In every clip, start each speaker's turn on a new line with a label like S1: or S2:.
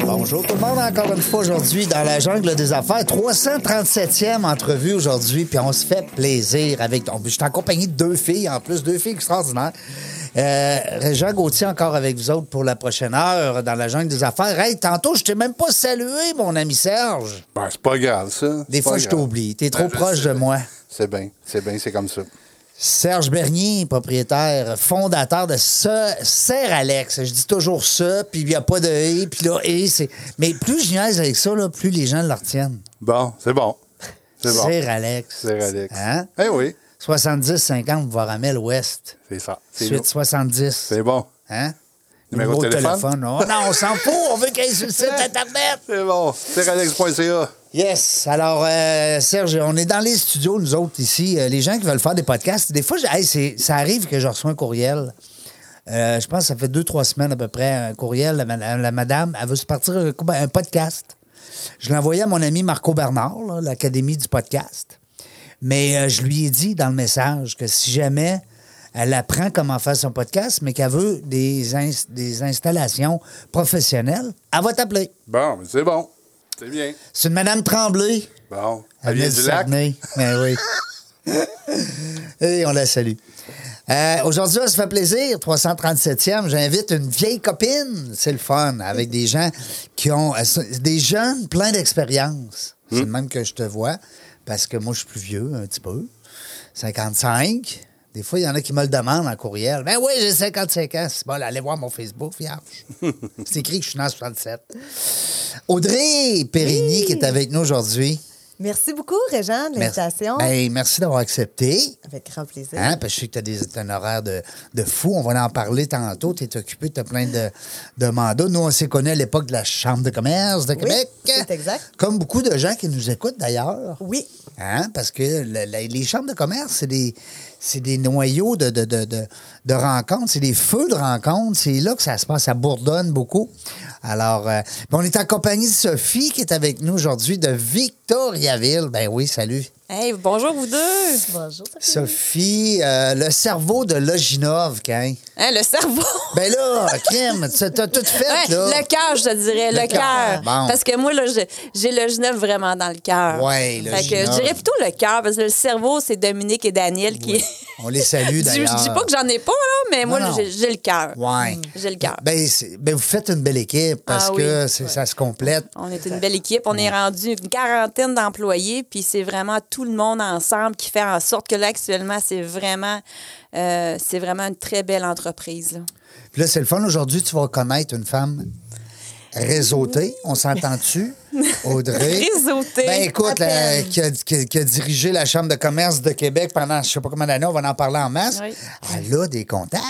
S1: Bonjour tout le monde, encore une fois aujourd'hui dans la jungle des affaires. 337e entrevue aujourd'hui, puis on se fait plaisir avec. Donc, je suis en compagnie de deux filles, en plus, deux filles extraordinaires. Euh, Jean Gauthier encore avec vous autres pour la prochaine heure dans la jungle des affaires. Hey, tantôt, je t'ai même pas salué, mon ami Serge.
S2: Ben, c'est pas grave, ça.
S1: Des
S2: C'est
S1: fois,
S2: pas
S1: je
S2: grave.
S1: t'oublie. T'es trop
S2: Ben, je
S1: proche
S2: sais.
S1: de moi.
S2: C'est bien, c'est bien, c'est comme ça.
S1: Serge Bernier, propriétaire, fondateur de ce Serre Alex. Je dis toujours ça, puis il n'y a pas de et, puis là, et c'est. Mais plus je niaise avec ça, là, plus les gens le retiennent.
S2: Bon, c'est bon. C'est bon.
S1: Serre Alex.
S2: C'est Alex.
S1: Hein?
S2: Eh oui,
S1: 70-50, Varamel Ouest.
S2: c'est ça. C'est
S1: Suite
S2: nous.
S1: 70.
S2: C'est bon.
S1: Hein?
S2: Numéro de téléphone?
S1: Oh, non, on s'en fout, on veut qu'elle ait sur le site Internet.
S2: C'est bon. C'est Alex.ca.
S1: Yes. Alors, euh, Serge, on est dans les studios, nous autres, ici. Euh, les gens qui veulent faire des podcasts, des fois, j'ai- hey, c'est- ça arrive que je reçois un courriel. Euh, je pense que ça fait deux, trois semaines à peu près, un courriel. La, madame- la madame, elle veut se partir un, co- ben, un podcast. Je l'ai envoyé à mon ami Marco Bernard, là, l'Académie du podcast. Mais euh, je lui ai dit dans le message que si jamais elle apprend comment faire son podcast, mais qu'elle veut des, ins- des installations professionnelles, elle va t'appeler.
S2: Bon, mais c'est bon. C'est bien.
S1: C'est une madame Tremblay.
S2: Bon.
S1: Elle vient du
S2: lac.
S1: Saguenay. Ben oui. Et on la salue. Euh, Aujourd'hui, on se fait plaisir, 337e. J'invite une vieille copine, c'est le fun, avec des gens qui ont. euh, so- des jeunes pleins d'expérience. C'est le même que je te vois, parce que moi, je suis plus vieux, un petit peu. 55. Des fois, il y en a qui me le demandent en courriel. Ben oui, j'ai 55 ans. C'est bon, allez voir mon Facebook, vierge. c'est écrit que je suis né en 67. Audrey Périgny, qui est avec nous aujourd'hui.
S3: Merci beaucoup, Réjean, de
S1: Merci.
S3: l'invitation.
S1: Ben, merci d'avoir accepté.
S3: Avec grand plaisir.
S1: Hein, parce que je sais que tu as un horaire de, de fou. On va en parler tantôt. Tu es occupé, tu as plein de, de mandats. Nous, on s'est connus à l'époque de la Chambre de commerce de Québec.
S3: c'est exact.
S1: Comme beaucoup de gens qui nous écoutent d'ailleurs.
S3: Oui,
S1: Hein, parce que la- la- les chambres de commerce, c'est des, c'est des noyaux de, de, de, de- de rencontres, c'est des feux de rencontres. C'est là que ça se passe. Ça bourdonne beaucoup. Alors, euh, on est en compagnie de Sophie qui est avec nous aujourd'hui de Victoriaville. Ben oui, salut.
S4: Hey, bonjour vous deux!
S3: bonjour.
S1: Sophie, euh, le cerveau de Loginov, quand?
S4: Hein, le cerveau!
S1: Ben là, crème, tu- t'as tout
S4: Ouais,
S1: fait, là.
S4: le cœur, je te dirais,
S1: Le
S4: le,
S1: cœur.
S4: cœur.
S1: Bon.
S4: Parce que moi, là, j'ai- j'ai le Genève vraiment dans le cœur.
S1: Ouais, le
S4: Fait que
S1: Genève.
S4: je dirais plutôt le cœur, parce que le cerveau, c'est Dominique et Daniel qui.
S1: On les salue,
S4: Je-
S1: d'ailleurs.
S4: je dis pas que j'en ai pas, là, mais moi,
S1: non.
S4: j'ai j'ai le cœur. Mm,
S1: Ouais.
S4: J'ai le cœur.
S1: Ben, c'est- ben, vous faites une belle équipe parce
S4: Ah oui.
S1: que c'est- ça se complète.
S4: On est une belle équipe. On est rendu une quarantaine d'employés, puis c'est vraiment tout le monde ensemble qui fait en sorte que là, actuellement, c'est vraiment, euh, c'est vraiment une très belle entreprise. là.
S1: Puis là, c'est le fun. Aujourd'hui, tu vas connaître une femme réseautée. On s'entend-tu, Audrey?
S4: Réseautée.
S1: Ben, écoute,
S3: À
S1: la-
S3: peine.
S1: qui, a, qui a- qui a dirigé la Chambre de commerce de Québec pendant je sais pas combien d'années, on va en parler en masse.
S4: Oui.
S1: Elle a des contacts.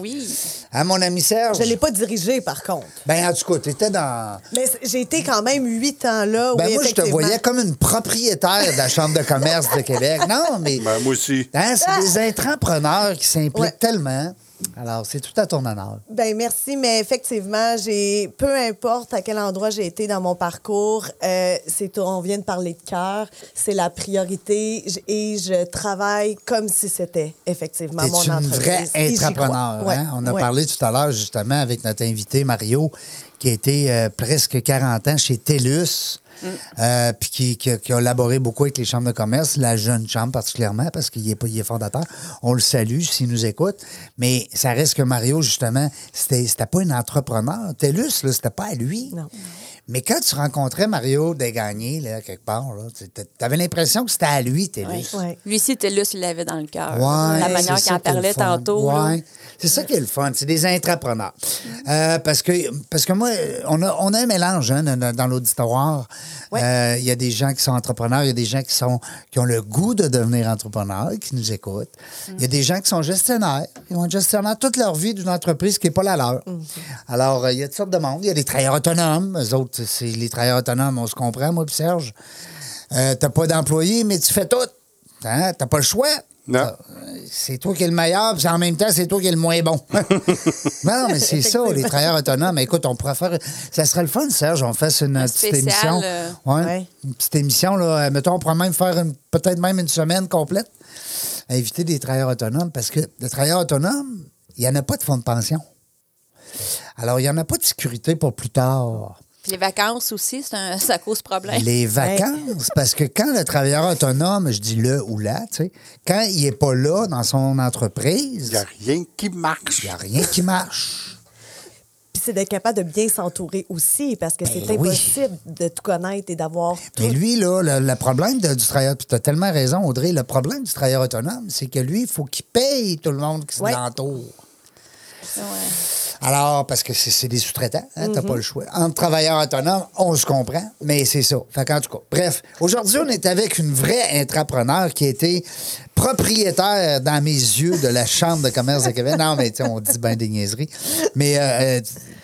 S4: Oui.
S1: Hein, mon ami Serge?
S3: Je ne l'ai pas dirigé, par contre.
S1: Ben, en tout cas, t'étais dans...
S3: Mais c- j'ai été quand même huit ans là.
S1: Ben
S3: oui,
S1: moi, je te
S3: effectivement.
S1: voyais comme une propriétaire de la Chambre de commerce de Québec. Non, mais
S2: Ben, moi aussi.
S1: hein, c'est des entrepreneurs qui s'impliquent
S3: Ouais.
S1: tellement. Alors, c'est tout à ton honneur.
S3: Ben merci, mais effectivement, j'ai peu importe à quel endroit j'ai été dans mon parcours, euh, c'est tout- on vient de parler de cœur, c'est la priorité j- et je travaille comme si c'était effectivement
S1: T'es
S3: mon
S1: une
S3: entreprise.
S1: vraie
S3: Et j'y crois.
S1: entrepreneur.
S3: Ouais,
S1: hein? On a
S3: ouais.
S1: parlé tout à l'heure, justement, avec notre invité Mario, qui a été euh, presque 40 ans chez TELUS,
S3: Mm.
S1: euh, puis qui, qui a- qui a collaboré beaucoup avec les chambres de commerce, la jeune chambre particulièrement, parce qu'il est, pas- il est fondateur. On le salue s'il nous écoute. Mais ça reste que Mario, justement, c'était c'était pas un entrepreneur. TELUS, là, c'était pas à lui.
S3: Non.
S1: Mais quand tu rencontrais Mario Desgagnés, là, quelque part, là, tu avais l'impression que c'était à lui, Télus.
S3: Ouais.
S4: Lui, si Télus l'avait dans le cœur.
S1: Ouais,
S4: euh, la
S1: c'est
S4: manière
S1: ça
S4: qu'il en
S1: qui est le
S4: parlait
S1: fun.
S4: tantôt. là.
S1: Ouais. C'est ça qui est le fun, c'est des intrapreneurs. Euh, parce, que, parce que moi, on a, on a un mélange hein, dans- dans, dans l'auditoire. Euh, Il y a des gens qui sont entrepreneurs, il y a des gens qui, sont, qui ont le goût de devenir entrepreneurs, qui nous écoutent.
S4: Mm.
S1: Il y a des gens qui sont gestionnaires, qui ont été gestionnaires toute leur vie d'une entreprise qui n'est pas la leur.
S4: Mm-hmm.
S1: Alors, euh, il y a toutes sortes de monde. Il y a des travailleurs autonomes. Eux autres, c'est les travailleurs autonomes, on se comprend, moi puis Serge. Euh, T'as pas d'employé, mais tu fais tout. Hein? T'as pas le choix
S2: Non.
S1: c'est toi qui es le meilleur, puis en même temps, c'est toi qui es le moins bon. non, non, mais c'est ça, les travailleurs autonomes. Écoute, on pourrait faire. Ça serait le fun, Serge, on fasse une petite
S4: spécial,
S1: émission.
S4: euh,
S1: Ouais,
S3: ouais.
S1: Une petite émission, là. Euh, Mettons, on pourrait même faire une- peut-être même une semaine complète à éviter des travailleurs autonomes, parce que le travailleur autonome, il n'y en a pas de fonds de pension. Alors, il n'y en a pas de sécurité pour plus tard.
S4: Puis les vacances aussi, c'est un- ça cause problème.
S1: Les vacances, parce que quand le travailleur autonome, je dis le ou la, tu sais, quand il n'est pas là dans son entreprise,
S2: Il n'y a rien qui marche.
S1: il n'y a rien qui marche.
S3: Puis c'est d'être capable de bien s'entourer aussi, parce que c'est
S1: Ben oui. Ben
S3: impossible de tout connaître et d'avoir tout.
S1: Mais lui, là, le, le problème de- du travailleur, tu as tellement raison, Audrey, le problème du travailleur autonome, c'est que lui, il faut qu'il paye tout le monde qui
S3: Ouais.
S1: l'entoure.
S4: Ouais.
S1: Alors, parce que c'est c'est des sous-traitants, hein, t'as pas le choix. Entre travailleurs autonomes, on se comprend, mais c'est ça. Fait qu'en tout cas, bref, aujourd'hui, on est avec une vraie intrapreneur qui a été propriétaire, dans mes yeux, de la Chambre de commerce de Québec. Non, mais tu sais, on dit bien des niaiseries. Mais euh, euh,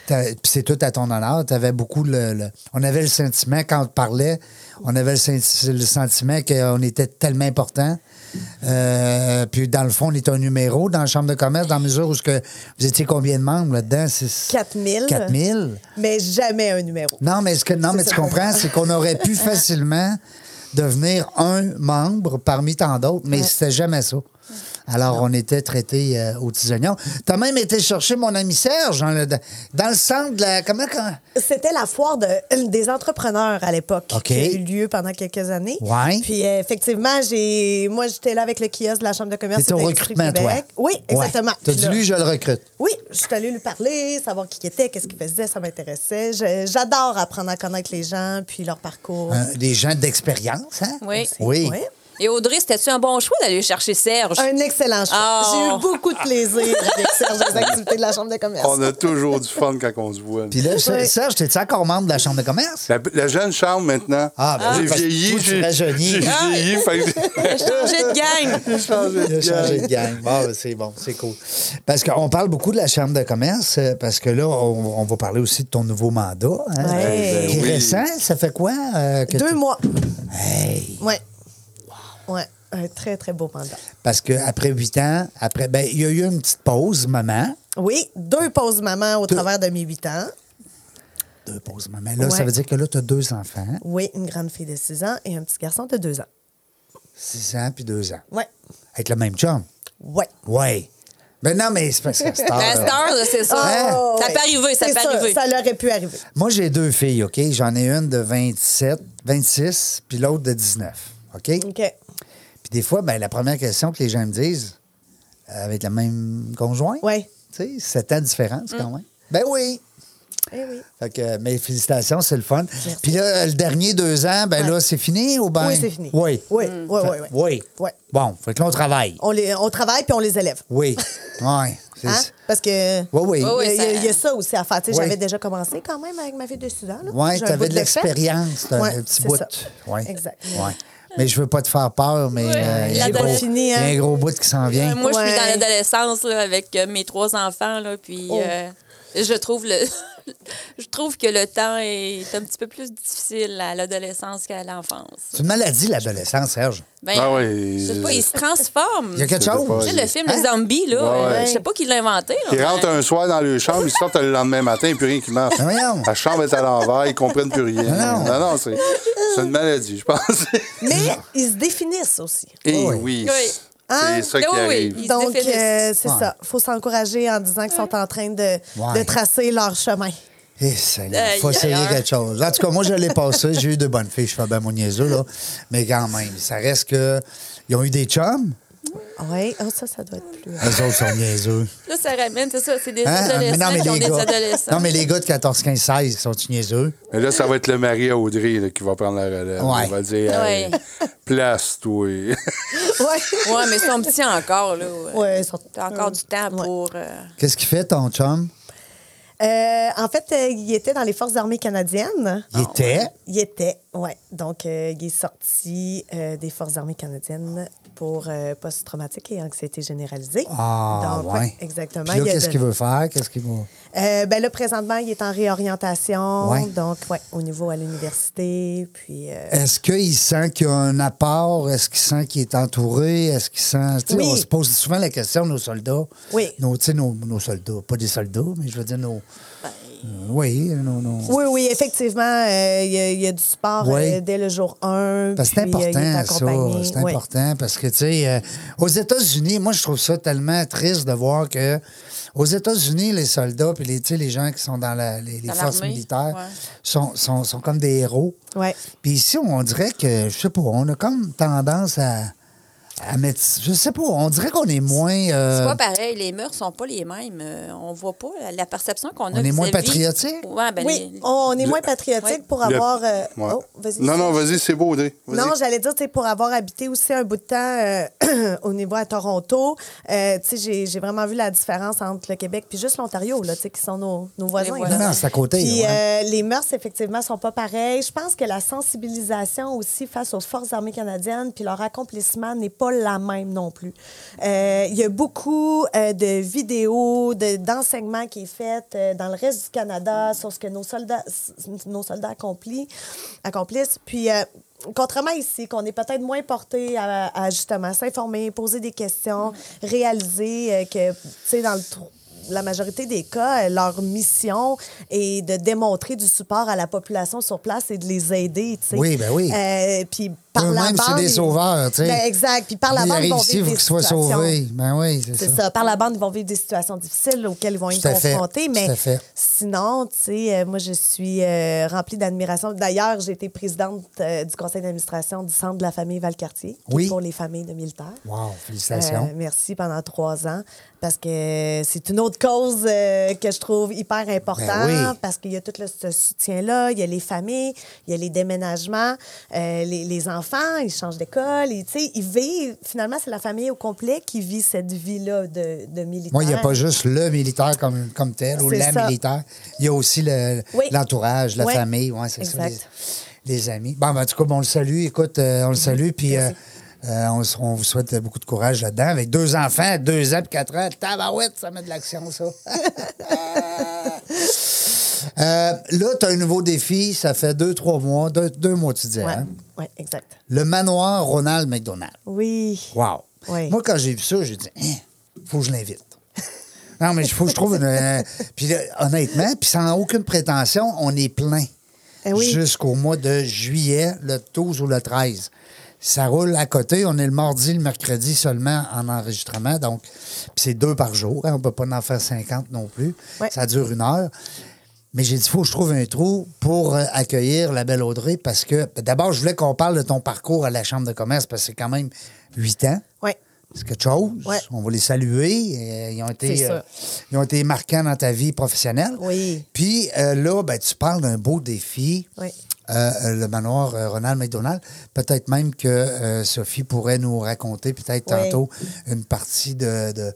S1: t'as- puis c'est tout à ton honneur. T'avais beaucoup le, le- On avait le sentiment, quand on te parlait, on avait le, sen- le sentiment qu'on était tellement important. Euh, puis dans le fond, on est un numéro dans la Chambre de commerce, dans la mesure où ce que vous étiez combien de membres là-dedans? C'est-
S3: 4000.
S1: 4000?
S3: Mais jamais un numéro.
S1: Non, mais, ce que, non,
S3: C'est
S1: mais tu
S3: ça.
S1: comprends, c'est qu'on aurait pu facilement devenir un membre parmi tant d'autres, mais c'était jamais ça. Alors, on était traité euh, aux petits oignons. T'as même été chercher mon ami Serge dans le, dans le centre de la... Comment... comment-
S3: C'était la foire de- euh, des entrepreneurs à l'époque
S1: OK.
S3: qui a eu lieu pendant quelques années.
S1: Ouais.
S3: Puis euh, effectivement, j'ai moi j'étais là avec le kiosque de la Chambre de commerce
S1: T'étais au
S3: et d'industrie
S1: recrutement, toi?
S3: Québec. Oui, exactement.
S1: Ouais. T'as
S3: Puis
S1: dit,
S3: là-
S1: lui, je le recrute.
S3: Oui, je suis allée lui parler, savoir qui il était, qu'est-ce qu'il faisait, ça m'intéressait. Je- J'adore apprendre à connaître les gens puis leur parcours.
S1: Hein, des gens d'expérience, hein?
S4: Oui.
S1: Oui.
S3: Ouais.
S4: Et Audrey, c'était-tu un bon choix d'aller chercher Serge?
S3: Un excellent choix.
S4: Oh.
S3: J'ai eu beaucoup de plaisir avec Serge aux activités de la Chambre de commerce.
S2: On a toujours du fun quand on se voit.
S1: Puis là,
S3: Oui.
S1: Serge, t'es-tu encore membre de la Chambre de commerce?
S2: La, la jeune chambre maintenant.
S1: Ah, ben oui,
S2: j'ai
S1: parce que toi,
S2: vieilli.
S1: tu
S2: J'ai
S1: rajeunis.
S2: j'ai
S4: Ah.
S2: vieilli. fait que
S4: J'ai changé de gang.
S2: j'ai changé
S1: Il
S2: de
S1: a changé
S2: gang.
S1: de gang. Bon, ben, c'est bon, c'est cool. Parce qu'on parle beaucoup de la Chambre de commerce, euh, parce que là, on, on va parler aussi de ton nouveau mandat. hein,
S3: Ouais.
S1: Qui est
S2: Ben oui.
S1: récent, ça fait quoi? euh, que
S3: Deux
S1: tu-
S3: mois.
S1: Hey!
S3: Ouais. Ouais. Un très, très beau mandat.
S1: Parce qu'après huit ans, après, ben, il y a eu une petite pause, maman.
S3: Oui, deux pauses maman au travers de mes huit ans.
S1: Deux pauses, maman. Là, ça
S3: Ouais.
S1: veut dire que là, tu as deux enfants,
S3: Oui, une grande fille de six ans et un petit garçon de deux ans.
S1: six ans puis deux ans,
S3: Ouais.
S1: avec le même chum.
S3: Ouais.
S1: Oui. Ben non, mais c'est pas ça. c'est tard, là.
S4: La star, là, c'est
S1: Ah,
S4: ça.
S3: Oh,
S4: Ça
S3: ouais.
S4: peut arriver, ça
S3: C'est
S4: peut arriver.
S3: Ça leur aurait pu arriver.
S1: Moi, j'ai deux filles, OK? J'en ai une de 27, 26, puis l'autre de 19, OK?
S3: OK.
S1: Puis des fois, ben, la première question que les gens me disent, euh, avec la même conjointe,
S3: Ouais. Mm.
S1: tu sais, 7 ans de différence quand même. Ben oui.
S3: Eh oui.
S1: Fait que, euh, mes félicitations, c'est le fun. Puis là, le dernier deux ans, ben là, c'est fini ou ben?
S3: Oui, c'est fini.
S1: Oui.
S3: Oui, oui, oui. oui.
S1: Oui.
S3: Ouais.
S1: Bon, fait que là, on travaille.
S3: On, les, on travaille puis on les élève.
S1: Oui. oui. C'est
S3: Hein?
S1: ça.
S3: Parce que.
S1: Oui, oui.
S4: Oui, oui.
S3: Il y, a,
S4: ça-
S3: il y a ça aussi à faire. Tu sais,
S1: Ouais.
S3: J'avais déjà commencé quand même avec ma fille de 6 ans. là.
S1: Oui, tu
S3: J'ai un bout
S1: avais de
S3: fait.
S1: l'expérience, t'as
S3: Ouais,
S1: un petit
S3: c'est
S1: bout.
S3: ça.
S1: Ouais.
S3: Exact.
S1: Ouais. Mais je veux pas te faire peur, mais euh, il y, a un
S4: L'adolescence.
S1: gros-
S3: Fini, hein?
S1: il y a un gros bout qui s'en vient.
S4: Euh, Moi, je suis
S3: Ouais.
S4: dans l'adolescence là, avec euh, mes trois enfants, là, puis
S3: Oh.
S4: euh, je trouve le je trouve que le temps est un petit peu plus difficile à l'adolescence qu'à l'enfance.
S1: C'est une maladie, l'adolescence, Serge.
S4: Ben,
S2: Ah oui.
S4: je sais pas, il se transforme.
S1: Il y a quelque
S2: Je sais
S1: chose.
S2: pas,
S4: Tu sais, le film
S1: Hein?
S4: Le Zombie, là,
S2: Ouais, ouais.
S4: euh, je sais pas qui l'a inventé. là.
S2: Ils rentrent un soir dans leur chambre, ils sortent le lendemain matin, puis rien qui marche.
S1: Ben voyons. Ben
S2: La chambre est à l'envers, ils comprennent plus rien.
S1: Non.
S2: non, c'est c'est une maladie, je pense.
S3: Mais
S1: Mm.
S3: ils se définissent aussi.
S2: Et
S1: Oui.
S2: oui,
S4: Oui.
S3: Hein?
S2: c'est ça qui
S4: Oui, oui.
S2: arrive.
S4: Ils se
S3: Donc,
S4: définissent.
S3: euh, c'est
S1: Ouais.
S3: ça. Il faut s'encourager en disant qu'ils sont en train de,
S1: Ouais.
S3: de tracer leur chemin.
S1: Eh, Seigneur,
S4: Aïe,
S1: faut essayer
S4: aïe, aïe.
S1: quelque chose. En tout cas, moi, je l'ai passé. J'ai eu de bonnes filles. Je fais bien mon niaiseux, là. Mais quand même, ça reste que. Ils ont eu des chums,
S3: Oui, oh, ça, ça doit être plus.
S1: Les autres sont niaiseux.
S4: Là, ça ramène, c'est ça, c'est des
S1: Hein?
S4: adolescents qui ont
S1: les
S4: des
S1: gars,
S4: adolescents.
S1: non, mais les gars de 14, 15, 16 sont niaiseux.
S2: Mais là, ça va être le mari à Audrey là, qui va prendre la relève.
S1: Ouais.
S2: On va dire, hey, place, toi.
S3: Oui.
S4: Ouais, mais ils sont petits encore, là.
S3: Ouais, ils sont-
S4: T'as encore du temps
S3: Ouais.
S4: pour. euh,
S1: Qu'est-ce qu'il fait, ton chum?
S3: Euh, en fait, euh, il était dans les Forces armées canadiennes.
S1: Il était.
S3: Il était, oui. Donc, euh, il est sorti euh, des Forces armées canadiennes pour euh, post-traumatique et anxiété généralisée.
S1: Ah,
S3: Donc,
S1: ouais.
S3: Exactement.
S1: Puis là,
S3: Il a
S1: qu'est-ce qu'il
S3: donné-
S1: veut faire? Qu'est-ce qu'il veut.
S3: Euh, ben là, présentement, il est en réorientation.
S1: Ouais.
S3: Donc, ouais, au niveau à l'université. Puis, euh,
S1: Est-ce qu'il sent qu'il y a un apport? Est-ce qu'il sent qu'il est entouré? Est-ce qu'il sent. tu sais,
S3: Oui.
S1: On se pose souvent la question, nos soldats.
S3: Oui.
S1: Nos, tu sais, nos, nos soldats. Pas des soldats, mais je veux dire nos. Euh, oui, nos. nos-
S3: Oui, oui, effectivement, euh, il y, a- il y a du sport
S1: Ouais.
S3: euh, dès le jour euh, 1.
S1: Parce que c'est important, ça. C'est
S3: ouais.
S1: important parce que, tu sais, euh, aux États-Unis, moi, je trouve ça tellement triste de voir que, aux États-Unis, les soldats puis les, tu sais, les gens qui sont dans la- les, les
S4: Dans
S1: forces
S4: l'armée,
S1: militaires
S4: ouais.
S1: sont, sont, sont comme des héros.
S3: Ouais.
S1: Puis ici, on dirait que, je sais pas, on a comme tendance à, à mettre. Je sais pas, on dirait qu'on est moins. euh,
S4: C'est pas pareil, les mœurs sont pas les mêmes. Euh, on voit pas la, la perception qu'on a.
S1: On est moins
S4: vis-à-vis-
S1: patriotique?
S4: Ouais, ben
S3: Oui,
S4: les-
S3: on est moins patriotique
S4: Ouais.
S3: pour
S2: Le-
S3: avoir. euh,
S2: Ouais.
S3: oh, vas-y.
S2: non, non, vas-y, c'est beau, Audrey. Vas-y.
S3: Non, j'allais dire, tu sais, pour avoir habité aussi un bout de temps euh, au niveau à Toronto, euh, tu sais, j'ai- j'ai vraiment vu la différence entre le Québec puis juste l'Ontario, là, tu sais, qui sont nos, nos voisins. là.
S4: voisins.
S1: Non, non, c'est à côté,
S3: Puis
S1: ouais.
S3: euh, les mœurs, effectivement, sont pas pareilles. Je pense que la sensibilisation aussi face aux Forces armées canadiennes puis leur accomplissement n'est pas la même non plus. Euh, Il y a beaucoup euh, de vidéos, de- d'enseignements qui est fait euh, dans le reste du Canada sur ce que nos soldats, s- nos soldats accomplis- accomplissent. Puis... euh, Contrairement ici, qu'on est peut-être moins porté à, à justement s'informer, poser des questions, réaliser euh, que, tu sais, dans le trou- la majorité des cas, euh, leur mission est de démontrer du support à la population sur place et de les aider. tu sais.
S1: Oui, ben oui.
S3: Euh, puis par la
S1: Eux-mêmes,
S3: bande,
S1: c'est des
S3: ils-
S1: sauveurs, tu sais.
S3: Ben, exact. Puis par la
S1: ils
S3: bande, ils
S1: arrivent
S3: vont
S1: ici, il
S3: vivre
S1: faut
S3: des
S1: qu'ils soient
S3: situations-
S1: sauvés. Ben oui, c'est
S3: C'est
S1: ça.
S3: ça. Par la bande, ils vont vivre des situations difficiles auxquelles ils vont être
S1: Tout à fait.
S3: confrontés.
S1: Tout
S3: Mais
S1: à fait.
S3: sinon, tu sais, euh, moi, je suis euh, remplie d'admiration. D'ailleurs, j'ai été présidente euh, du conseil d'administration du Centre de la famille Valcartier qui est
S1: Oui.
S3: pour les familles de militaires.
S1: Wow, félicitations.
S3: Euh, merci pendant trois ans parce que c'est une autre cause euh, que je trouve hyper importante
S1: Ben oui.
S3: parce qu'il y a tout le- ce soutien-là, il y a les familles, il y a les déménagements, euh, les, les enfants, ils changent d'école, et, tu sais, ils vivent, finalement, c'est la famille au complet qui vit cette vie-là de, de militaire.
S1: Moi, il n'y a pas juste le militaire comme, comme tel ou
S3: C'est
S1: la
S3: ça.
S1: militaire. Il y a aussi le-
S3: Oui.
S1: l'entourage, la
S3: Ouais.
S1: famille, ouais, c'est ça, les,
S3: Exact. Mhm.
S1: les amis. Bon, ben, en tout cas, bon, on le salue. Écoute, euh, on le salue, puis euh, euh, on, s- on vous souhaite beaucoup de courage là-dedans. Avec deux enfants, deux ans et quatre ans, tabarouette, ça met de l'action, ça. Euh, là, tu as un nouveau défi. Ça fait deux, trois mois, deux, deux mois, tu disais.
S3: Ouais,
S1: hein?
S3: ouais, exact.
S1: Le manoir Ronald McDonald.
S3: Oui.
S1: Wow.
S3: Oui.
S1: Moi, quand j'ai vu ça, j'ai dit, Hein, faut que je l'invite. non, mais il faut que je trouve une. euh, puis là, honnêtement, puis sans aucune prétention, on est plein.
S3: Eh oui.
S1: Jusqu'au mois de juillet, le 12 ou le 13. Ça roule à côté. On est le mardi, le mercredi seulement en enregistrement. Donc, puis c'est deux par jour. hein, on ne peut pas en faire 50 non plus.
S3: Ouais.
S1: Ça dure une heure. Mais j'ai dit, il faut que je trouve un trou pour euh, accueillir la belle Audrey parce que, ben, d'abord, je voulais qu'on parle de ton parcours à la Chambre de commerce parce que c'est quand même huit ans.
S3: Ouais.
S1: C'est quelque chose.
S3: Ouais.
S1: On va les saluer. Euh, ils, ont été,
S3: C'est ça.
S1: euh, ils ont été marquants dans ta vie professionnelle.
S3: Oui.
S1: Puis euh, là, ben, tu parles d'un beau défi.
S3: Oui.
S1: Euh, euh, le manoir euh, Ronald McDonald. Peut-être même que euh, Sophie pourrait nous raconter peut-être
S3: Oui.
S1: tantôt une partie de, de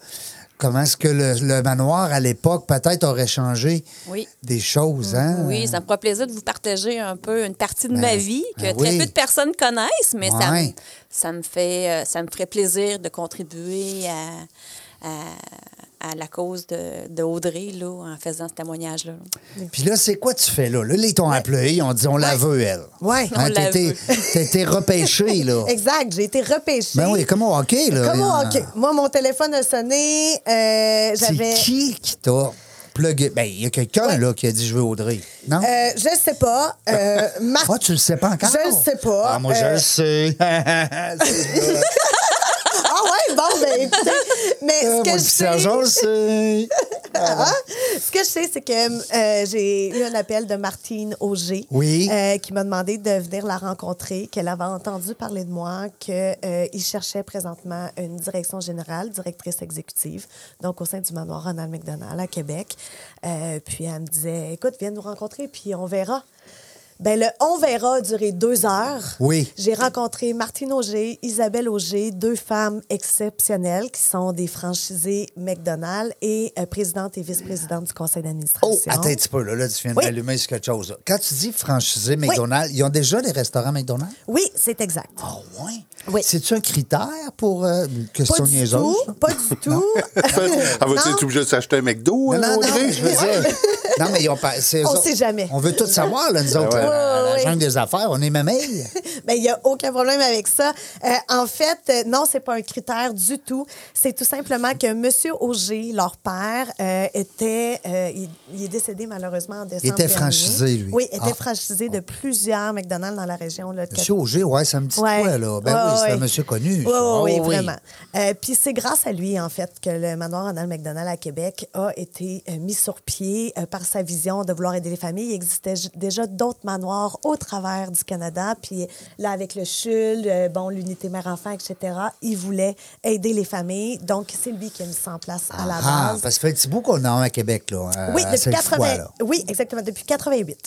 S1: comment est-ce que le, le manoir à l'époque peut-être aurait changé
S4: Oui.
S1: des choses. Hein?
S4: Oui, ça me fera plaisir de vous partager un peu une partie de
S1: Ben,
S4: ma vie que
S1: ben
S4: très
S1: oui.
S4: peu de personnes connaissent, mais ça, me,
S1: Ouais.
S4: ça, me fait, euh, ça me ferait plaisir de contribuer à, à, à la cause de, de Audrey là, en faisant ce témoignage-là.
S1: Puis là, c'est quoi tu fais là? Là, ils t'ont appelé, ils ont dit on la veut, elle. Hein,
S3: Ouais.
S4: On la
S1: t'étais-
S4: veut.
S1: T'étais repêché, là.
S3: Exact, j'ai été repêchée.
S1: Ben oui, comme au hockey, là.
S3: Comme au
S1: Euh,
S3: hockey. Moi, mon téléphone a sonné. euh,
S1: C'est
S3: J'avais.
S1: qui qui t'a plugué? Ben, il y a quelqu'un, là, qui a dit je veux Audrey. Non?
S3: Euh, je sais pas. Euh, Marc-
S1: Ah, tu le sais pas encore?
S3: Je le sais pas.
S1: Ah, moi, je
S3: Euh,
S1: le sais. C'est ça.
S3: Ah ouais, bon, ben écoutez. Mais
S1: Euh,
S3: ce
S1: moi,
S3: que
S1: le
S3: je
S1: sergent,
S3: sais,
S1: je le sais.
S3: Hein? Ce que je sais, c'est que euh, j'ai eu un appel de Martine Auger
S1: Oui.
S3: euh, qui m'a demandé de venir la rencontrer, qu'elle avait entendu parler de moi, qu'il cherchait présentement une direction générale, directrice exécutive, donc au sein du manoir Ronald McDonald à Québec. Euh, puis elle me disait, écoute, viens nous rencontrer, puis on verra. Ben le on verra a duré deux heures.
S1: Oui.
S3: J'ai rencontré Martine Auger, Isabelle Auger, deux femmes exceptionnelles qui sont des franchisées McDonald's et euh, présidente et vice-présidente du conseil
S1: Oh,
S3: d'administration.
S1: attends un petit peu, là, là tu viens
S3: Oui.
S1: d'allumer sur quelque chose. là. Quand tu dis franchisé McDonald's, ils ont déjà des restaurants McDonald's?
S3: Oui, c'est exact.
S1: Ah ouais?
S3: Oui.
S1: C'est-tu un critère pour euh, une question
S3: Pas du,
S1: niaiseuse?
S3: tout,
S1: là?
S3: pas du tout.
S2: Elle va-tu
S3: Non.
S2: être obligée de s'acheter un McDo,
S1: Non, non,
S2: euh,
S1: non,
S2: Audrey?
S1: je veux dire. Non, mais ils ont pas. c'est eux
S3: On
S1: autres.
S3: sait jamais.
S1: On veut tout savoir, là, nous autres,
S2: Ouais,
S1: là,
S3: ouais,
S1: la
S3: ouais.
S1: jungle des affaires, on est mamelles.
S3: Ben, il n'y a aucun problème avec ça. Euh, en fait, euh, non, c'est pas un critère du tout. C'est tout simplement que M. Auger, leur père, euh, était. euh, il, il est décédé malheureusement en décembre.
S1: était
S3: dernier.
S1: franchisé, lui.
S3: Oui, était
S1: Ah.
S3: franchisé de plusieurs McDonald's dans la région. Là, de
S1: Monsieur Auger, ouais, ça me dit de
S3: Ouais.
S1: quoi, là? Ben
S3: Ouais,
S1: oui, c'est
S3: ouais.
S1: un monsieur connu. ça.
S3: Ouais, ouais,
S1: Ah
S3: oui, vraiment. Euh, Puis c'est grâce à lui, en fait, que le manoir Ronald McDonald à Québec a été euh, mis sur pied euh, par sa vision de vouloir aider les familles. Il existait j- déjà d'autres manoirs au travers du Canada. Puis là, avec le CHUL, euh, bon, l'unité mère-enfant, etc., il voulait aider les familles. Donc, c'est lui qui a mis ça en place à la
S1: Ah,
S3: base.
S1: parce que ça fait un petit bout qu'on a un à Québec, là. hein. à-
S3: oui,
S1: à
S3: depuis
S1: cette
S3: 80...
S1: fois, là.
S3: oui, exactement, depuis 88.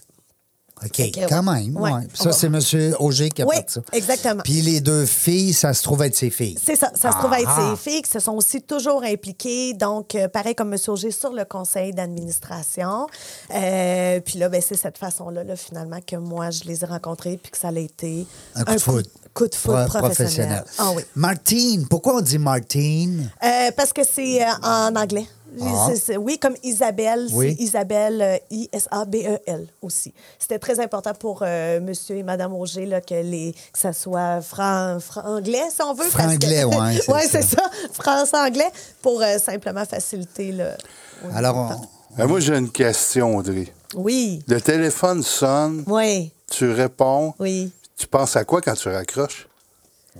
S1: OK,
S3: que-
S1: quand même.
S3: ouais.
S1: ouais. Ça, c'est monsieur Auger qui a
S3: Oui,
S1: fait ça.
S3: exactement.
S1: Puis les deux filles, ça se trouve être ses filles.
S3: C'est ça. Ça se trouve à être
S1: Ah.
S3: ses filles qui se sont aussi toujours impliquées. Donc, euh, pareil comme M. Auger sur le conseil d'administration. Euh, puis là, ben, c'est cette façon-là, là, finalement, que moi, je les ai rencontrés puis que ça a été
S1: Un coup de foot.
S3: coup de foudre professionnel. Ah oui.
S1: Martine, pourquoi on dit Martine?
S3: Euh, parce que c'est euh, en anglais.
S1: Ah.
S3: C'est- c'est- oui, comme Isabelle,
S1: Oui.
S3: c'est Isabelle euh, I-S-A-B-E-L aussi. C'était très important pour euh, monsieur et madame Auger là, que, les, que ça soit fran- franglais, si on veut. parce que-
S1: Franglais, ouais, c'est
S3: Ouais,
S1: ça.
S3: c'est ça. Français-anglais, pour euh, simplement faciliter. Là, au niveau
S1: Alors,
S3: de
S1: on-
S3: parler.
S2: Ah, moi, j'ai une question, Audrey.
S3: Oui,
S2: Le téléphone sonne,
S3: oui,
S2: tu réponds.
S3: oui.
S2: Tu penses à quoi quand tu raccroches?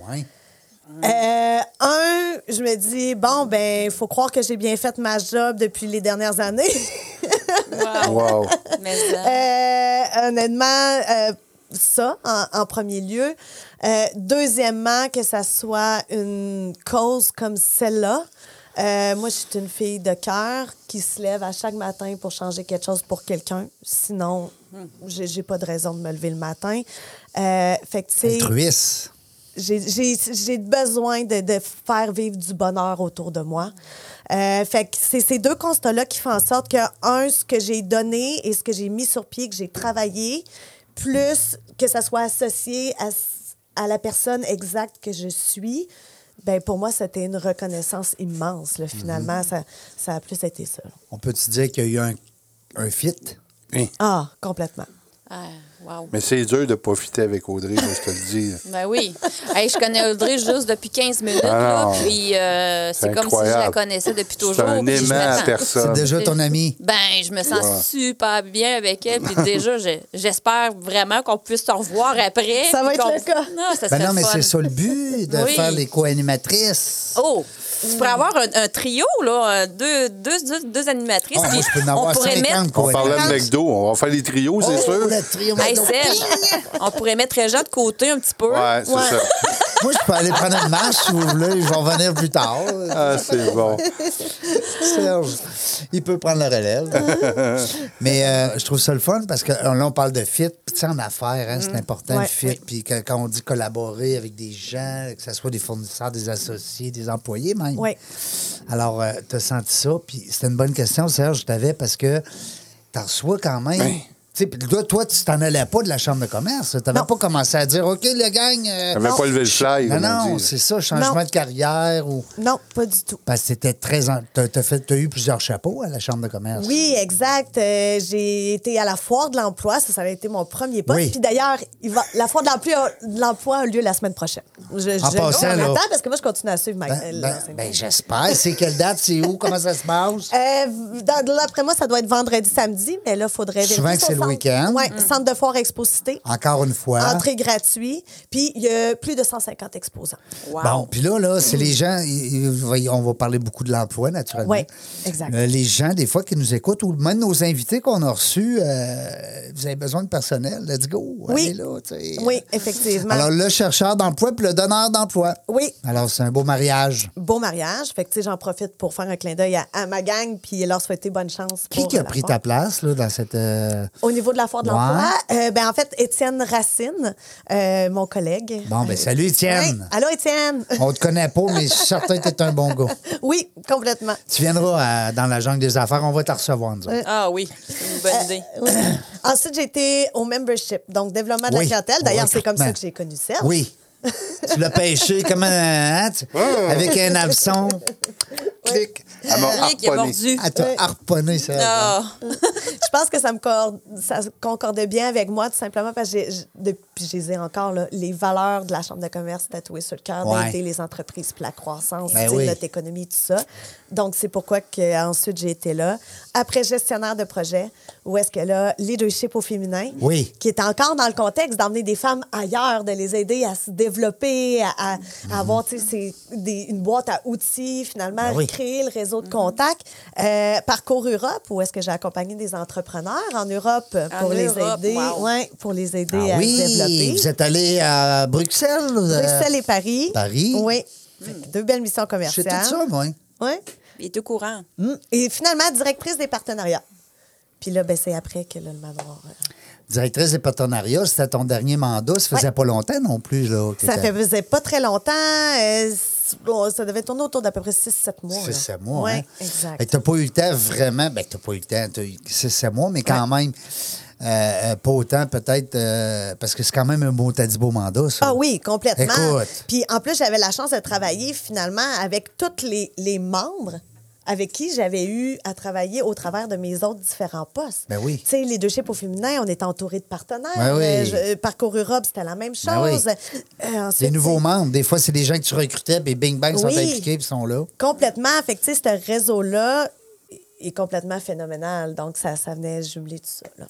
S1: ouais. Hum.
S3: Euh, un, je me dis, bon, ben, il faut croire que j'ai bien fait ma job depuis les dernières années.
S4: Wow.
S2: Wow.
S4: Mais, euh,
S3: Euh, honnêtement, euh, ça, en, en premier lieu. Euh, deuxièmement, que ça soit une cause comme celle-là. Euh, moi, je suis une fille de cœur qui se lève à chaque matin pour changer quelque chose pour quelqu'un. Sinon, j'ai j'ai pas de raison de me lever le matin. Euh, fait que, tu sais,
S1: Altruiste.
S3: j'ai- j'ai j'ai besoin de, de faire vivre du bonheur autour de moi. Euh, fait que c'est ces deux constats-là qui font en sorte que, un, ce que j'ai donné et ce que j'ai mis sur pied, que j'ai travaillé, plus que ça soit associé à, s- à la personne exacte que je suis, ben pour moi, c'était une reconnaissance immense. là, finalement, ça, ça a plus été ça.
S1: On peut-tu dire qu'il y a eu un, un fit?
S2: Hein.
S3: Ah, complètement.
S1: Euh,
S4: ah, wow.
S2: Mais c'est dur de profiter avec Audrey, moi, je te le dis.
S4: Ben oui. Hey, je connais Audrey juste depuis 15 minutes.
S2: Ah
S4: là,
S2: non.
S4: puis euh, c'est
S2: C'est
S4: comme si je la
S2: incroyable.
S4: connaissais depuis
S2: C'est
S4: toujours.
S2: un
S4: puis je
S2: aimant à
S4: m'attends-
S1: C'est
S2: personne.
S1: déjà ton ami.
S4: Ben, je me sens
S2: Wow.
S4: super bien avec elle. Puis déjà, j'ai- j'espère vraiment qu'on puisse se revoir après.
S3: Ça va
S4: puis
S3: être
S4: qu'on-
S3: le cas.
S4: Non,
S1: Ben
S4: ça serait
S1: non, mais
S4: le fun.
S1: c'est ça le but, de
S4: Oui.
S1: faire les co-animatrices.
S4: Oh, tu pourrais avoir un, un trio, là, un- deux, deux, deux, deux animatrices.
S1: Ah, moi,
S4: puis
S1: je peux en
S4: on
S1: avoir
S4: pourrait
S1: 50
S4: mettre.
S2: On parlait de
S1: co-animatrices.
S2: McDo, on va faire les trios, c'est
S1: Oh,
S2: sûr.
S1: le trio
S4: Hey,
S1: McDo.
S4: Serge, on pourrait mettre Réjean de côté un petit peu.
S2: Ouais, c'est
S3: Ouais.
S2: ça.
S1: Moi, je peux aller prendre une marche si vous voulez. Je vais revenir plus tard.
S2: Ah, c'est bon.
S1: Serge, il peut prendre la relève. Mais euh, je trouve ça le fun parce que euh, là, on parle de fit. Puis, tu sais, en affaires, hein, c'est
S2: Mm.
S1: important, le
S3: Ouais,
S1: fit.
S3: ouais.
S1: Puis que- quand on dit collaborer avec des gens, que ce soit des fournisseurs, des associés, des employés même.
S3: Oui.
S1: Alors, tu as senti ça. Puis c'était une bonne question, Serge, je t'avais parce que tu reçois quand même.
S2: Oui.
S1: Tu sais, puis toi, toi, tu t'en allais pas de la chambre de commerce. Tu n'avais
S3: Non.
S1: pas commencé à dire, OK, le gang. euh,
S2: T'avais pas levé le flag,
S1: Non,
S2: comme on
S1: non,
S2: dit.
S1: c'est ça, changement
S3: Non.
S1: de carrière ou.
S3: Non, pas du tout.
S1: Parce que t'étais très. en- T'as, t'as fait, t'as eu plusieurs chapeaux à la Chambre de commerce.
S3: Oui, exact. Euh, j'ai été à la foire de l'emploi. Ça, ça a été mon premier poste.
S1: Oui.
S3: Puis d'ailleurs, il va- la foire de l'emploi, de l'emploi a lieu la semaine prochaine. Je,
S1: En
S3: je-
S1: passant,
S3: on
S1: là.
S3: attend parce que moi, je continue à suivre ma.
S1: Ben,
S3: euh,
S1: ben,
S3: l'enseignement.
S1: ben, j'espère. C'est quelle date, c'est où, comment ça se passe?
S3: Euh, dans- d'après moi, ça doit être vendredi, samedi, mais là, il faudrait
S1: Souvent
S3: vérifier
S1: que c'est
S3: sur centre-
S1: week-end. Ah.
S3: Ouais, centre de foire exposité.
S1: Encore une fois.
S3: Entrée gratuite. Puis il y a plus de 150 exposants.
S4: Wow.
S1: Bon, puis là, là, c'est les gens, ils- ils- voyons, on va parler beaucoup de l'emploi, naturellement.
S3: Oui, exact.
S1: Euh, les gens, des fois, qui nous écoutent, ou même nos invités qu'on a reçus, euh, vous avez besoin de personnel, let's go.
S3: Oui.
S1: allez là, tu sais.
S3: Oui, effectivement.
S1: Alors, le chercheur d'emploi puis le donneur d'emploi.
S3: Oui.
S1: Alors, c'est un beau mariage.
S3: Beau mariage. Fait que, tu sais, j'en profite pour faire un clin d'œil à, à ma gang puis leur souhaiter bonne chance.
S1: Qui,
S3: pour
S1: qui a
S3: la
S1: pris
S3: foire.
S1: ta place là, dans cette. euh,
S3: Au niveau de la foire de
S1: Ouais.
S3: l'emploi, euh, ben, en fait, Étienne Racine, euh, mon collègue.
S1: Bon, ben, salut, Étienne.
S3: Oui. Allô, Étienne.
S1: On te connaît pas, mais je suis certain que t'es un bon gars.
S3: oui, complètement.
S1: Tu viendras à- dans la jungle des affaires, on va te recevoir,
S3: Euh,
S1: nous autres.
S4: Ah oui, c'est une bonne idée.
S3: Oui. Ensuite, j'ai été au membership, donc développement de
S1: Oui.
S3: la clientèle. D'ailleurs,
S1: Oui,
S3: c'est comme ça
S1: ben,
S3: que j'ai connu Serge.
S1: Oui. tu l'as pêché comme un. hein, tu- avec un hameçon. Clic.
S2: Elle m'a
S4: Rick est
S2: harponné.
S4: mordu.
S1: Elle t'a harponné, ça.
S4: Ah,
S3: Je pense que ça me cor- ça concordait bien avec moi, tout simplement parce que j'ai- j'- depuis, je les ai encore, là, les valeurs de la Chambre de commerce tatouées sur le cœur,
S1: Ouais.
S3: d'aider les entreprises pour la croissance,
S1: Ben
S3: tu sais,
S1: oui.
S3: notre économie, tout ça. Donc, c'est pourquoi que, ensuite j'ai été là. Après, gestionnaire de projet, où est-ce que là, leadership au féminin,
S1: Oui.
S3: qui est encore dans le contexte d'emmener des femmes ailleurs, de les aider à se développer, à, à-
S1: Mhm.
S3: à avoir tu sais, c'est des- une boîte à outils, finalement,
S1: Ben oui.
S3: créer le réseau de contacts. Euh, parcours Europe, où est-ce que j'ai accompagné des entrepreneurs en Europe euh,
S4: En
S3: pour les
S4: Europe,
S3: aider,
S4: wow.
S3: ouais, pour les aider
S1: Ah
S3: à se
S1: oui,
S3: développer.
S1: vous êtes allé à Bruxelles. euh,
S3: Bruxelles et Paris.
S1: Paris.
S3: Oui. Fait
S4: Hmm.
S3: que Deux belles missions
S1: Je sais
S3: commerciales.
S1: tout ça, moi.
S3: Ouais.
S4: il est au courant.
S3: Mm. Et finalement, directrice des partenariats. Puis là, ben, c'est après que là, le manoir. euh,
S1: Directrice des partenariats, c'était ton dernier mandat. Ça faisait
S3: Ouais.
S1: pas longtemps non plus. Là, que
S3: Ça
S1: t'as-
S3: faisait pas très longtemps. euh, c- bon, ça devait tourner autour d'à peu près 6-7 mois.
S1: C'est
S3: là.
S1: ça, moi.
S3: Ouais,
S1: hein? Fait
S3: exact.
S1: que t'as pas eu le temps vraiment. Ben, t'as pas eu le temps. t'as eu- C'est ça, moi, mais quand même, euh, euh, pas autant peut-être. euh, parce que c'est quand même un beau, t'as dit beau mandat, ça.
S3: Ah oui, complètement.
S1: Écoute.
S3: Puis en plus, j'avais la chance de travailler finalement avec tous les, les membres avec qui j'avais eu à travailler au travers de mes autres différents postes.
S1: Ben oui.
S3: Tu sais, les deux chips au féminin, on était entouré de partenaires.
S1: Ben oui.
S3: Euh, je- euh, Parcours Europe, c'était la même
S1: Ben oui.
S3: chose. Euh, ensuite,
S1: Des nouveaux
S3: c'est-
S1: membres. Des fois, c'est des gens que tu recrutais, puis bing bang, ils sont
S3: Oui.
S1: impliqués, puis ils sont là.
S3: Complètement. Fait que, tu sais, ce réseau-là est complètement phénoménal. Donc, ça, ça venait jumeler tout ça. là.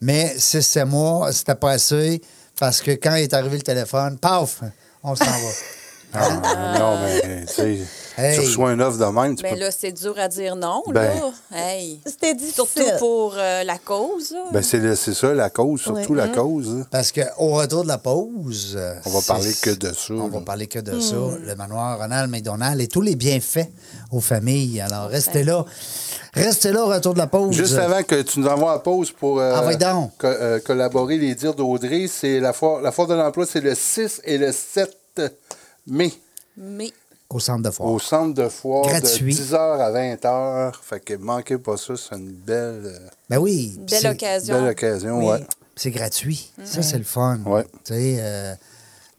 S1: Mais c'est c'est moi, c'était pas assez, parce que quand est arrivé le téléphone, paf, on s'en va.
S2: Ah, Non, mais tu sais,
S1: Hey.
S2: tu reçois une offre de même, tu
S4: Mais
S2: peux.
S4: Ben là, c'est dur à dire non,
S2: Ben.
S4: là. Hey.
S3: C'était difficile.
S4: Surtout pour euh, la cause. là.
S2: Ben, c'est le- c'est ça, la cause, surtout la cause. hein.
S1: Parce qu'au retour de la pause. euh,
S2: On va
S1: c'est-
S2: parler que de ça.
S1: On va parler que de
S4: Mm.
S1: ça. Le manoir Ronald McDonald et tous les bienfaits aux familles. Alors, restez là. Restez là au retour de la pause. euh,
S2: Juste avant que tu nous envoies à pause pour euh,
S1: Ah, va donc.
S2: co- euh, collaborer les dires d'Audrey, c'est la foire, la foire de l'emploi, c'est le 6 et le 7 mai
S4: Mais
S1: Au centre de foire.
S2: au centre de foire
S1: Gratuit.
S2: de 10h à 20h. Fait que manquez pas ça, c'est une belle, euh,
S1: Ben oui. puis
S4: belle
S1: c'est-
S4: occasion. Mm.
S2: belle occasion.
S1: oui,
S2: Ouais.
S1: puis C'est gratuit. Ça, c'est le fun.
S2: Ouais.
S1: Tu sais, euh,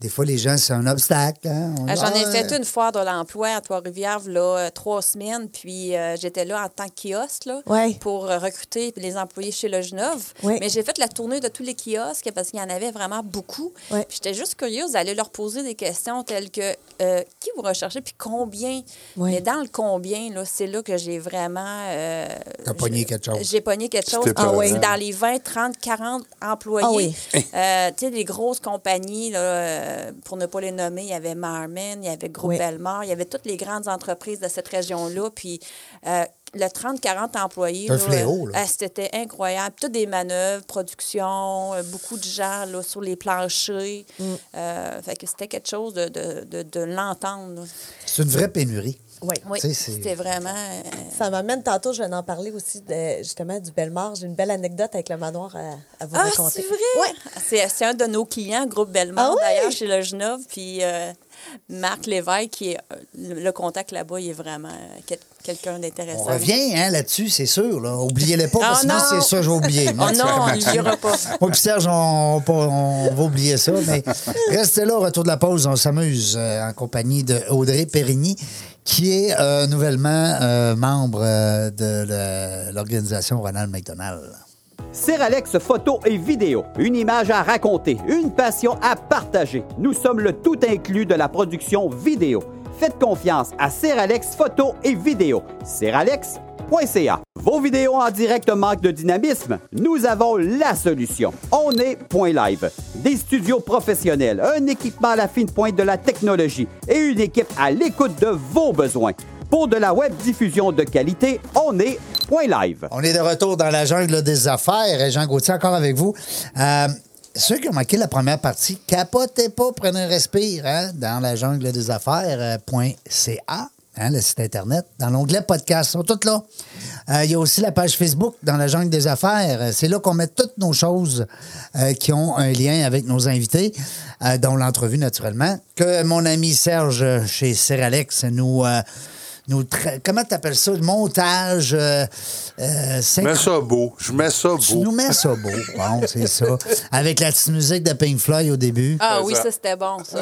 S1: des fois, les gens, c'est un obstacle. hein. On-
S4: Ah, J'en ai
S1: Ah,
S4: fait une foire de l'emploi à Trois-Rivières, là, trois semaines, puis euh, j'étais là en tant que kiosque là,
S3: Ouais.
S4: pour euh, recruter les employés chez Le Genève.
S3: Ouais.
S4: Mais j'ai fait la tournée de tous les kiosques parce qu'il y en avait vraiment beaucoup.
S3: Ouais.
S4: Puis J'étais juste curieuse d'aller leur poser des questions telles que euh, qui vous recherchez, puis combien.
S3: Ouais.
S4: Mais dans le combien, là, c'est là que j'ai vraiment. euh,
S1: Ah, T'as pogné
S4: j'ai-
S1: quelque chose.
S4: J'ai pogné quelque chose.
S2: C'était
S4: Ah ouais.
S2: épeurant.
S4: Dans les 20, 30, 40 employés.
S3: Ah oui.
S4: Euh, tu sais, les grosses compagnies, là, euh, pour ne pas les nommer, il y avait Marmin, il y avait Groupe
S3: Oui.
S4: Belmar, il y avait toutes les grandes entreprises de cette région-là. Puis euh, le 30-40 employés.
S1: C'est un
S4: là,
S1: fléau, là.
S4: euh, C'était incroyable. Toutes des manœuvres, production, euh, beaucoup de gens là, sur les planchers.
S3: Mm.
S4: Euh, fait que c'était quelque chose de, de, de, de l'entendre. là.
S1: C'est une vraie pénurie.
S3: Oui.
S4: Oui,
S1: Tu sais, c'est-
S4: c'était vraiment. euh,
S3: Ça m'amène tantôt, je vais en parler aussi de, justement du Belmar. J'ai une belle anecdote avec le manoir à, à vous
S4: Ah,
S3: raconter.
S4: c'est vrai?
S3: Ouais.
S4: C'est, c'est un de nos clients, Groupe Belmont,
S3: Ah oui?
S4: d'ailleurs, chez Le Genève. Puis euh, Marc Lévesque, qui est, euh, le le contact là-bas, il est vraiment euh, quel- quelqu'un d'intéressant.
S1: On revient hein, là-dessus, c'est sûr. Là. Oubliez-les pas, parce que
S4: Ah,
S1: sinon,
S4: non.
S1: c'est ça, j'ai oublié.
S4: Oh non, on ne dira pas.
S1: Moi puis Serge, on, on- on va oublier ça, mais restez là au retour de la pause. On s'amuse euh, en compagnie de Audrey Périgny, qui est euh, nouvellement euh, membre euh, de le- l'organisation Ronald McDonald.
S5: Alex photo et vidéo. Une image à raconter, une passion à partager. Nous sommes le tout inclus de la production vidéo. Faites confiance à Alex photo et vidéo. Seralex.ca Vos vidéos en direct manquent de dynamisme? Nous avons la solution. On est Point Live. Des studios professionnels, un équipement à la fine pointe de la technologie et une équipe à l'écoute de vos besoins. Pour de la web diffusion de qualité, on est Point Live.
S1: On est de retour dans la jungle des affaires. Et Jean Gauthier, encore avec vous. Euh, ceux qui ont manqué la première partie, capotez pas, prenez un respire hein, dans la jungle des euh, affaires.ca. Hein, le site Internet, dans l'onglet podcast, ils sont toutes là. Euh, il y a aussi la page Facebook dans la jungle des affaires. C'est là qu'on met toutes nos choses euh, qui ont un lien avec nos invités, euh, dont l'entrevue naturellement, que mon ami Serge chez Seralex nous... euh, nous tra- comment tu appelles ça? Le montage. euh, euh,
S2: Je mets
S1: synchro-
S2: ça beau. Je mets ça
S1: tu
S2: beau.
S1: nous mets ça beau. Bon, c'est ça. Avec la petite musique de Pink Floyd au début.
S4: Ah
S2: C'est
S4: oui,
S2: ça.
S4: ça, c'était bon, ça.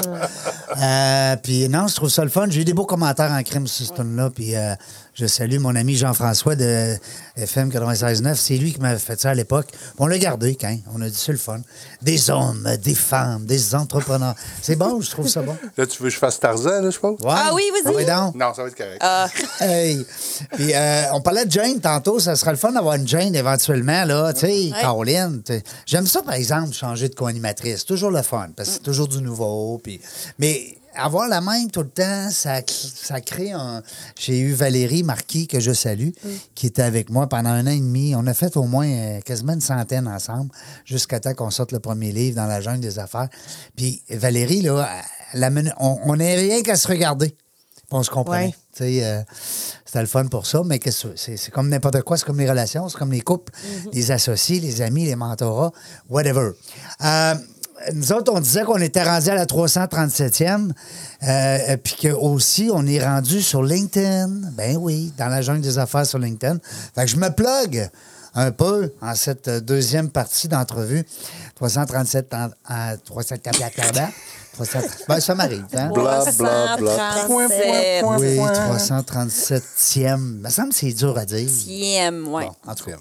S1: Euh, puis non, je trouve ça le fun. J'ai eu des beaux commentaires en crime sur ce tune-là. Puis euh, je salue mon ami Jean-François de FM 96.9. C'est lui qui m'avait fait ça à l'époque. On l'a gardé, quand On a dit c'est le fun. Des hommes, des femmes, des entrepreneurs. C'est bon, je trouve ça bon.
S2: Là, tu veux que je fasse Tarzan, là, je pense?
S1: Ouais.
S4: Ah oui, vas-y.
S1: Ouais, donc.
S2: Non, ça va être correct.
S3: Ah.
S1: Hey. Puis, euh, on parlait de Jane tantôt. Ça serait le fun d'avoir une Jane éventuellement, là. Tu sais, Caroline. tu sais. J'aime ça, par exemple, changer de co-animatrice. Toujours le fun, parce que c'est toujours du nouveau. Puis... Mais avoir la même tout le temps, ça, cr- ça crée un. J'ai eu Valérie Marquis, que je salue, qui était avec moi pendant un an et demi. On a fait au moins euh, quasiment une centaine ensemble, jusqu'à temps qu'on sorte le premier livre dans la jungle des affaires. Puis, Valérie, là, elle amène- on on est rien qu'à se regarder. Puis on se comprenait.
S3: Ouais.
S1: Tu sais, euh, c'était le fun pour ça, mais qu'est-ce que c'est, c'est comme n'importe quoi, c'est comme les relations, c'est comme les couples, les associés, les amis, les mentorats, whatever. Euh, nous autres, on disait qu'on était rendu à la 337e, euh, puis que aussi on est rendu sur LinkedIn. Ben oui, dans la jungle des affaires sur LinkedIn. Fait que je me plug un peu en cette euh, deuxième partie d'entrevue. 337 en- à 337 337 Ben, ça m'arrive. Hein?
S2: Bla, bla, bla.
S4: 337.
S1: Oui, 337e. Il me semble que c'est dur à dire.
S4: Sixième, ouais.
S1: Bon, en tout cas.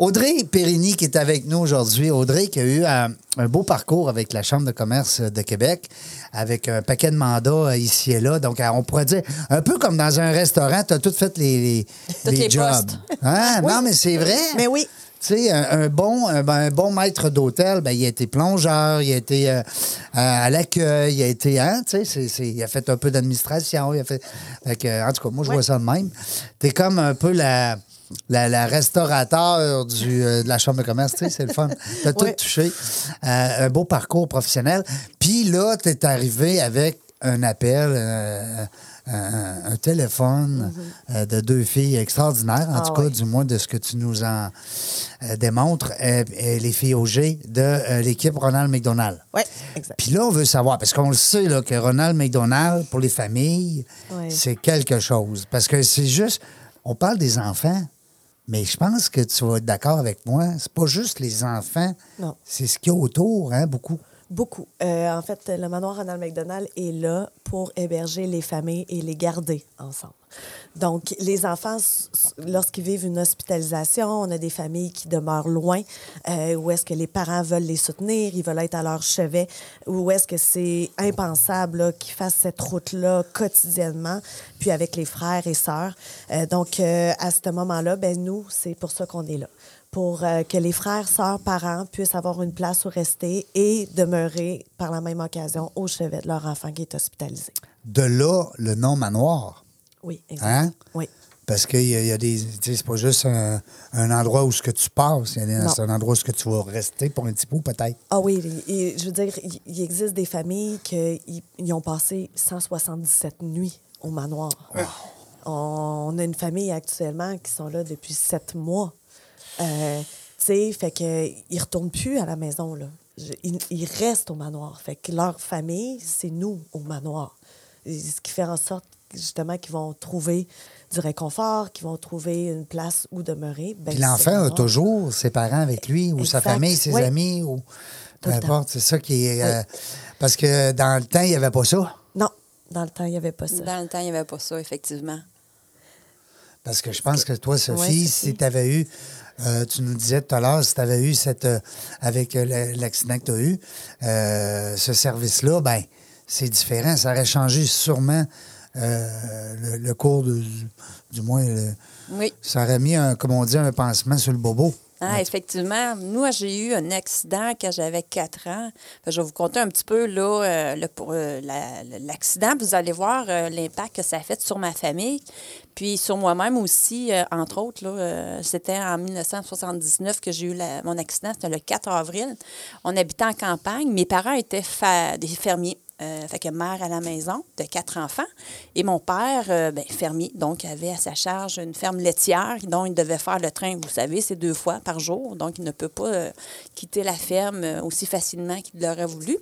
S1: Audrey Périgny qui est avec nous aujourd'hui. Audrey qui a eu euh, un beau parcours avec la Chambre de commerce de Québec, avec un paquet de mandats euh, ici et là. Donc, euh, on pourrait dire, un peu comme dans un restaurant, tu as tout fait les, les,
S4: Toutes les
S1: jobs.
S4: postes.
S1: Hein? Non, mais c'est vrai.
S3: Mais oui.
S1: Tu sais, un, un bon, un, ben, un bon maître d'hôtel, ben, il a été plongeur, il a été euh, euh, à l'accueil, il a été. Hein, tu sais, c'est- c'est- il a fait un peu d'administration. Il a fait, fait que, en tout cas, moi, je vois ça de même. T'es comme un peu la. La, la restaurateur du, euh, de la chambre de commerce, tu sais, c'est le fun. T'as tout
S3: Ouais.
S1: touché. Euh, un beau parcours professionnel. Puis là, t'es arrivé avec un appel, euh, un, un téléphone euh, de deux filles extraordinaires, en
S3: Mm-hmm. Ah
S1: tout cas,
S3: ouais.
S1: du moins de ce que tu nous en euh, démontres, euh, euh, les filles OG de euh, l'équipe Ronald McDonald.
S3: Oui, exact.
S1: Puis là, on veut savoir, parce qu'on le sait, là, que Ronald McDonald, pour les familles,
S3: Ouais.
S1: c'est quelque chose. Parce que c'est juste, on parle des enfants, mais je pense que tu vas être d'accord avec moi, c'est pas juste les enfants,
S3: Non.
S1: c'est ce qu'il y a autour, hein, beaucoup.
S3: Beaucoup. Euh, en fait, le manoir Ronald McDonald est là pour héberger les familles et les garder ensemble. Donc, les enfants, s- s- lorsqu'ils vivent une hospitalisation, on a des familles qui demeurent loin, euh, où est-ce que les parents veulent les soutenir, ils veulent être à leur chevet, où est-ce que c'est impensable là, qu'ils fassent cette route-là quotidiennement, puis avec les frères et sœurs. Euh, donc, euh, à ce moment-là, ben, nous, c'est pour ça qu'on est là pour euh, que les frères, sœurs, parents puissent avoir une place où rester et demeurer par la même occasion au chevet de leur enfant qui est hospitalisé.
S1: De là, le nom manoir.
S3: Oui,
S1: Hein?
S3: exact. Oui.
S1: Parce qu'il y, a- il y a des. tu sais, C'est pas juste un, un endroit où ce que tu passes, il y a des-
S3: Non.
S1: c'est un endroit où ce que tu vas rester pour un petit bout, peut-être.
S3: Ah oui, il- il- je veux dire, il- il existe des familles qui ont passé 177 nuits au manoir. On a une famille actuellement qui sont là depuis sept mois. Euh, tu sais, fait que ils retournent plus à la maison là. Je- ils, ils restent au manoir. Fait que leur famille, c'est nous au manoir. Et ce qui fait en sorte justement qu'ils vont trouver du réconfort, qu'ils vont trouver une place où demeurer. Ben,
S1: Puis
S3: c'est
S1: l'enfant a
S3: manoir.
S1: toujours ses parents avec lui, ou sa
S3: Exact.
S1: famille, ses
S3: Oui.
S1: amis, ou peu
S3: Tout le temps.
S1: importe. C'est ça qui est. euh, parce que dans le temps, il n'y avait pas ça.
S3: Non, dans le temps, il n'y avait pas ça.
S4: Dans le temps, il n'y avait pas ça, effectivement.
S1: Parce que je pense que toi, Sophie,
S3: Ouais, Sophie.
S1: si tu avais eu, euh, tu nous disais tout à l'heure, si tu avais eu cette, euh, avec euh, le- l'accident que tu as eu, euh, ce service-là, ben, c'est différent. Ça aurait changé sûrement euh, le, le cours de, du, du moins, le-
S4: Oui.
S1: ça aurait mis, un, comme on dit, un pansement sur le bobo.
S4: Ah, effectivement. Moi, j'ai eu un accident quand j'avais 4 ans. Fait que je vais vous conter un petit peu là, euh, le- pour, euh, la- le- l'accident. Vous allez voir euh, l'impact que ça a fait sur ma famille, puis sur moi-même aussi, euh, entre autres. là, euh, C'était en 1979 que j'ai eu la- mon accident. C'était le 4 avril. On habitait en campagne. Mes parents étaient fa- des fermiers. Euh, fait que mère à la maison de quatre enfants. Et mon père, euh, ben, fermier, donc avait à sa charge une ferme laitière dont il devait faire le train, vous savez, c'est deux fois par jour. Donc, il ne peut pas euh, quitter la ferme euh, aussi facilement qu'il l'aurait voulu.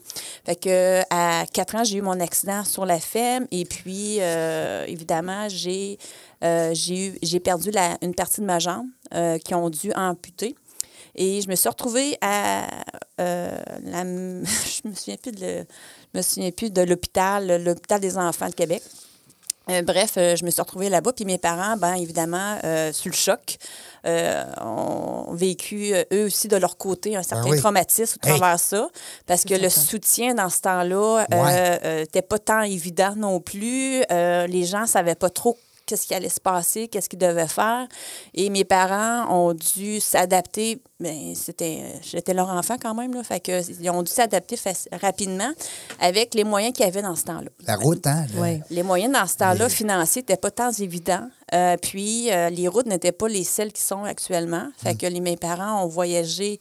S4: Fait que euh, à quatre ans, j'ai eu mon accident sur la ferme. Et puis, euh, évidemment, j'ai euh, j'ai eu- j'ai perdu la- une partie de ma jambe euh, qui ont dû amputer. Et je me suis retrouvée à euh, la, je me souviens plus de le- je me souviens plus de l'hôpital, l'hôpital des enfants de Québec. Euh, bref, euh, je me suis retrouvée là-bas, puis mes parents, ben évidemment, euh, sur le choc, euh, ont vécu euh, eux aussi de leur côté un certain
S1: Ben oui.
S4: traumatisme au
S1: Hey.
S4: travers ça, parce que le soutien dans ce temps-là n'était
S1: Ouais.
S4: pas tant évident non plus. Euh, les gens savaient pas trop qu'est-ce qui allait se passer, qu'est-ce qu'ils devaient faire. Et mes parents ont dû s'adapter. Ben, c'était, j'étais leur enfant quand même, là. Fait que, ils ont dû s'adapter faci- rapidement avec les moyens qu'il y avait dans ce temps-là.
S1: La route, hein? le-
S3: Oui.
S4: Les moyens dans ce temps-là financiers n'étaient pas tant évidents. Euh, puis euh, les routes n'étaient pas les celles qui sont actuellement. Fait que les- mes parents ont voyagé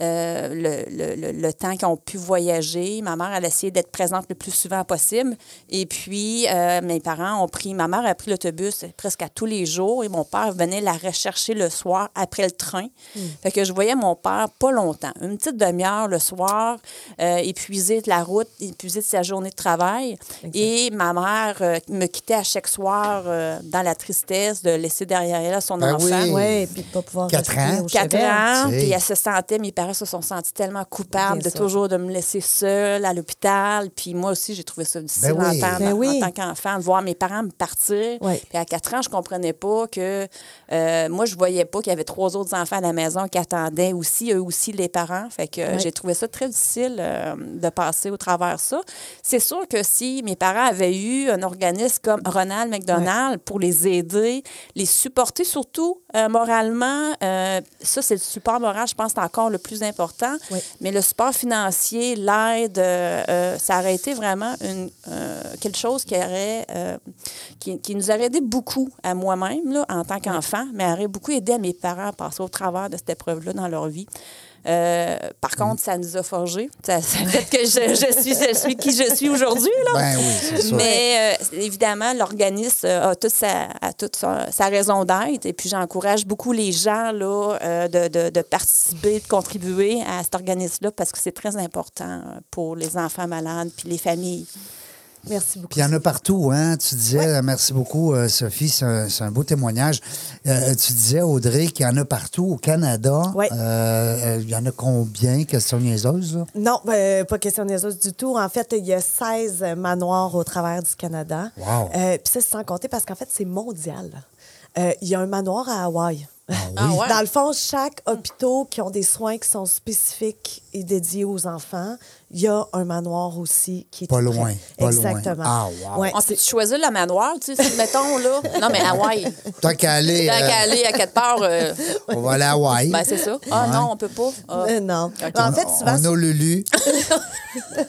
S4: euh, le, le- le- le temps qu'ils ont pu voyager. Ma mère, elle a essayé d'être présente le plus souvent possible. Et puis euh, mes parents ont pris, ma mère a pris l'autobus presque à tous les jours et mon père venait la rechercher le soir après le train.
S3: Hmm.
S4: Fait que je voyais mon père pas longtemps, une petite demi-heure le soir, euh, épuisé de la route, épuisé de sa journée de travail. Et ma mère euh, me quittait à chaque soir euh, dans la tristesse de laisser derrière elle son
S1: Ben
S4: enfant.
S1: oui.
S3: Oui, puis de pas pouvoir
S1: Quatre
S3: rester
S1: ans.
S3: au
S4: Quatre
S3: chevet.
S4: ans,
S1: tu sais.
S4: puis elle se sentait, mes parents se sont sentis tellement coupables
S3: Bien
S4: de
S3: sûr.
S4: toujours de me laisser seule à l'hôpital. Puis moi aussi, j'ai trouvé ça difficile
S1: Ben oui.
S4: en, tant-
S3: Ben
S4: en
S3: oui.
S4: tant qu'enfant, de voir mes parents me partir.
S3: Ouais.
S4: Puis à quatre ans, je comprenais pas que euh, moi, je voyais pas qu'il y avait trois autres enfants à la maison qui attendaient aussi, eux aussi, les parents. Fait que euh,
S3: Ouais.
S4: j'ai trouvé ça très difficile euh, de passer au travers de ça. C'est sûr que si mes parents avaient eu un organisme comme Ronald McDonald pour les aider, les supporter surtout euh, moralement, euh, ça, c'est le support moral, je pense, c'est encore le plus important.
S3: Oui.
S4: Mais le support financier, l'aide, euh, euh, ça aurait été vraiment une, euh, quelque chose qui, aurait, euh, qui, qui nous aurait aidé beaucoup à moi-même là, en tant qu'enfant, mais aurait beaucoup aidé à mes parents à passer au travers de cette épreuve-là dans leur vie. Euh, par contre, ça nous a forgé. Ça, ça fait que je, je suis, je suis qui je suis aujourd'hui. là.
S1: Ben oui, c'est sûr.
S4: Mais euh, évidemment, l'organisme euh, a toute sa, a toute sa, sa raison d'être. Et puis, j'encourage beaucoup les gens là, euh, de, de- de participer, de contribuer à cet organisme-là parce que c'est très important euh, pour les enfants malades puis les familles.
S3: Merci beaucoup.
S1: Puis il y en a partout, hein? Tu disais, euh, merci beaucoup, euh, Sophie, c'est un, c'est un beau témoignage. Euh, tu disais, Audrey, qu'il y en a partout au Canada.
S3: Oui.
S1: Euh, euh, il y en a combien? Question niaiseuse, là.
S3: Non, ben, pas question des autres du tout. En fait, il y a 16 manoirs au travers du Canada.
S1: Wow.
S3: Euh, Puis ça, c'est sans compter parce qu'en fait, c'est mondial. Euh, Il y a un manoir à Hawaï.
S4: Ah ouais?
S3: Dans le fond, chaque hôpital qui ont des soins qui sont spécifiques et dédiés aux enfants, il y a un manoir aussi qui est
S1: Pas
S3: tout
S1: loin,
S3: près.
S1: pas loin.
S3: Exactement.
S1: Ah, wow.
S3: Ouais,
S4: On
S3: c'est-
S4: peut choisir le manoir, tu sais, si, mettons, là. Non, mais Hawaï.
S1: Tant qu'à aller,
S4: Tant
S1: euh,
S4: qu'à aller à quatre parts, euh,
S1: on va aller à Hawaï.
S4: ben, c'est ça. Ah non, on peut pas. Ah.
S3: Euh, non. Mais en fait, souvent,
S1: on a Lulu.
S3: euh,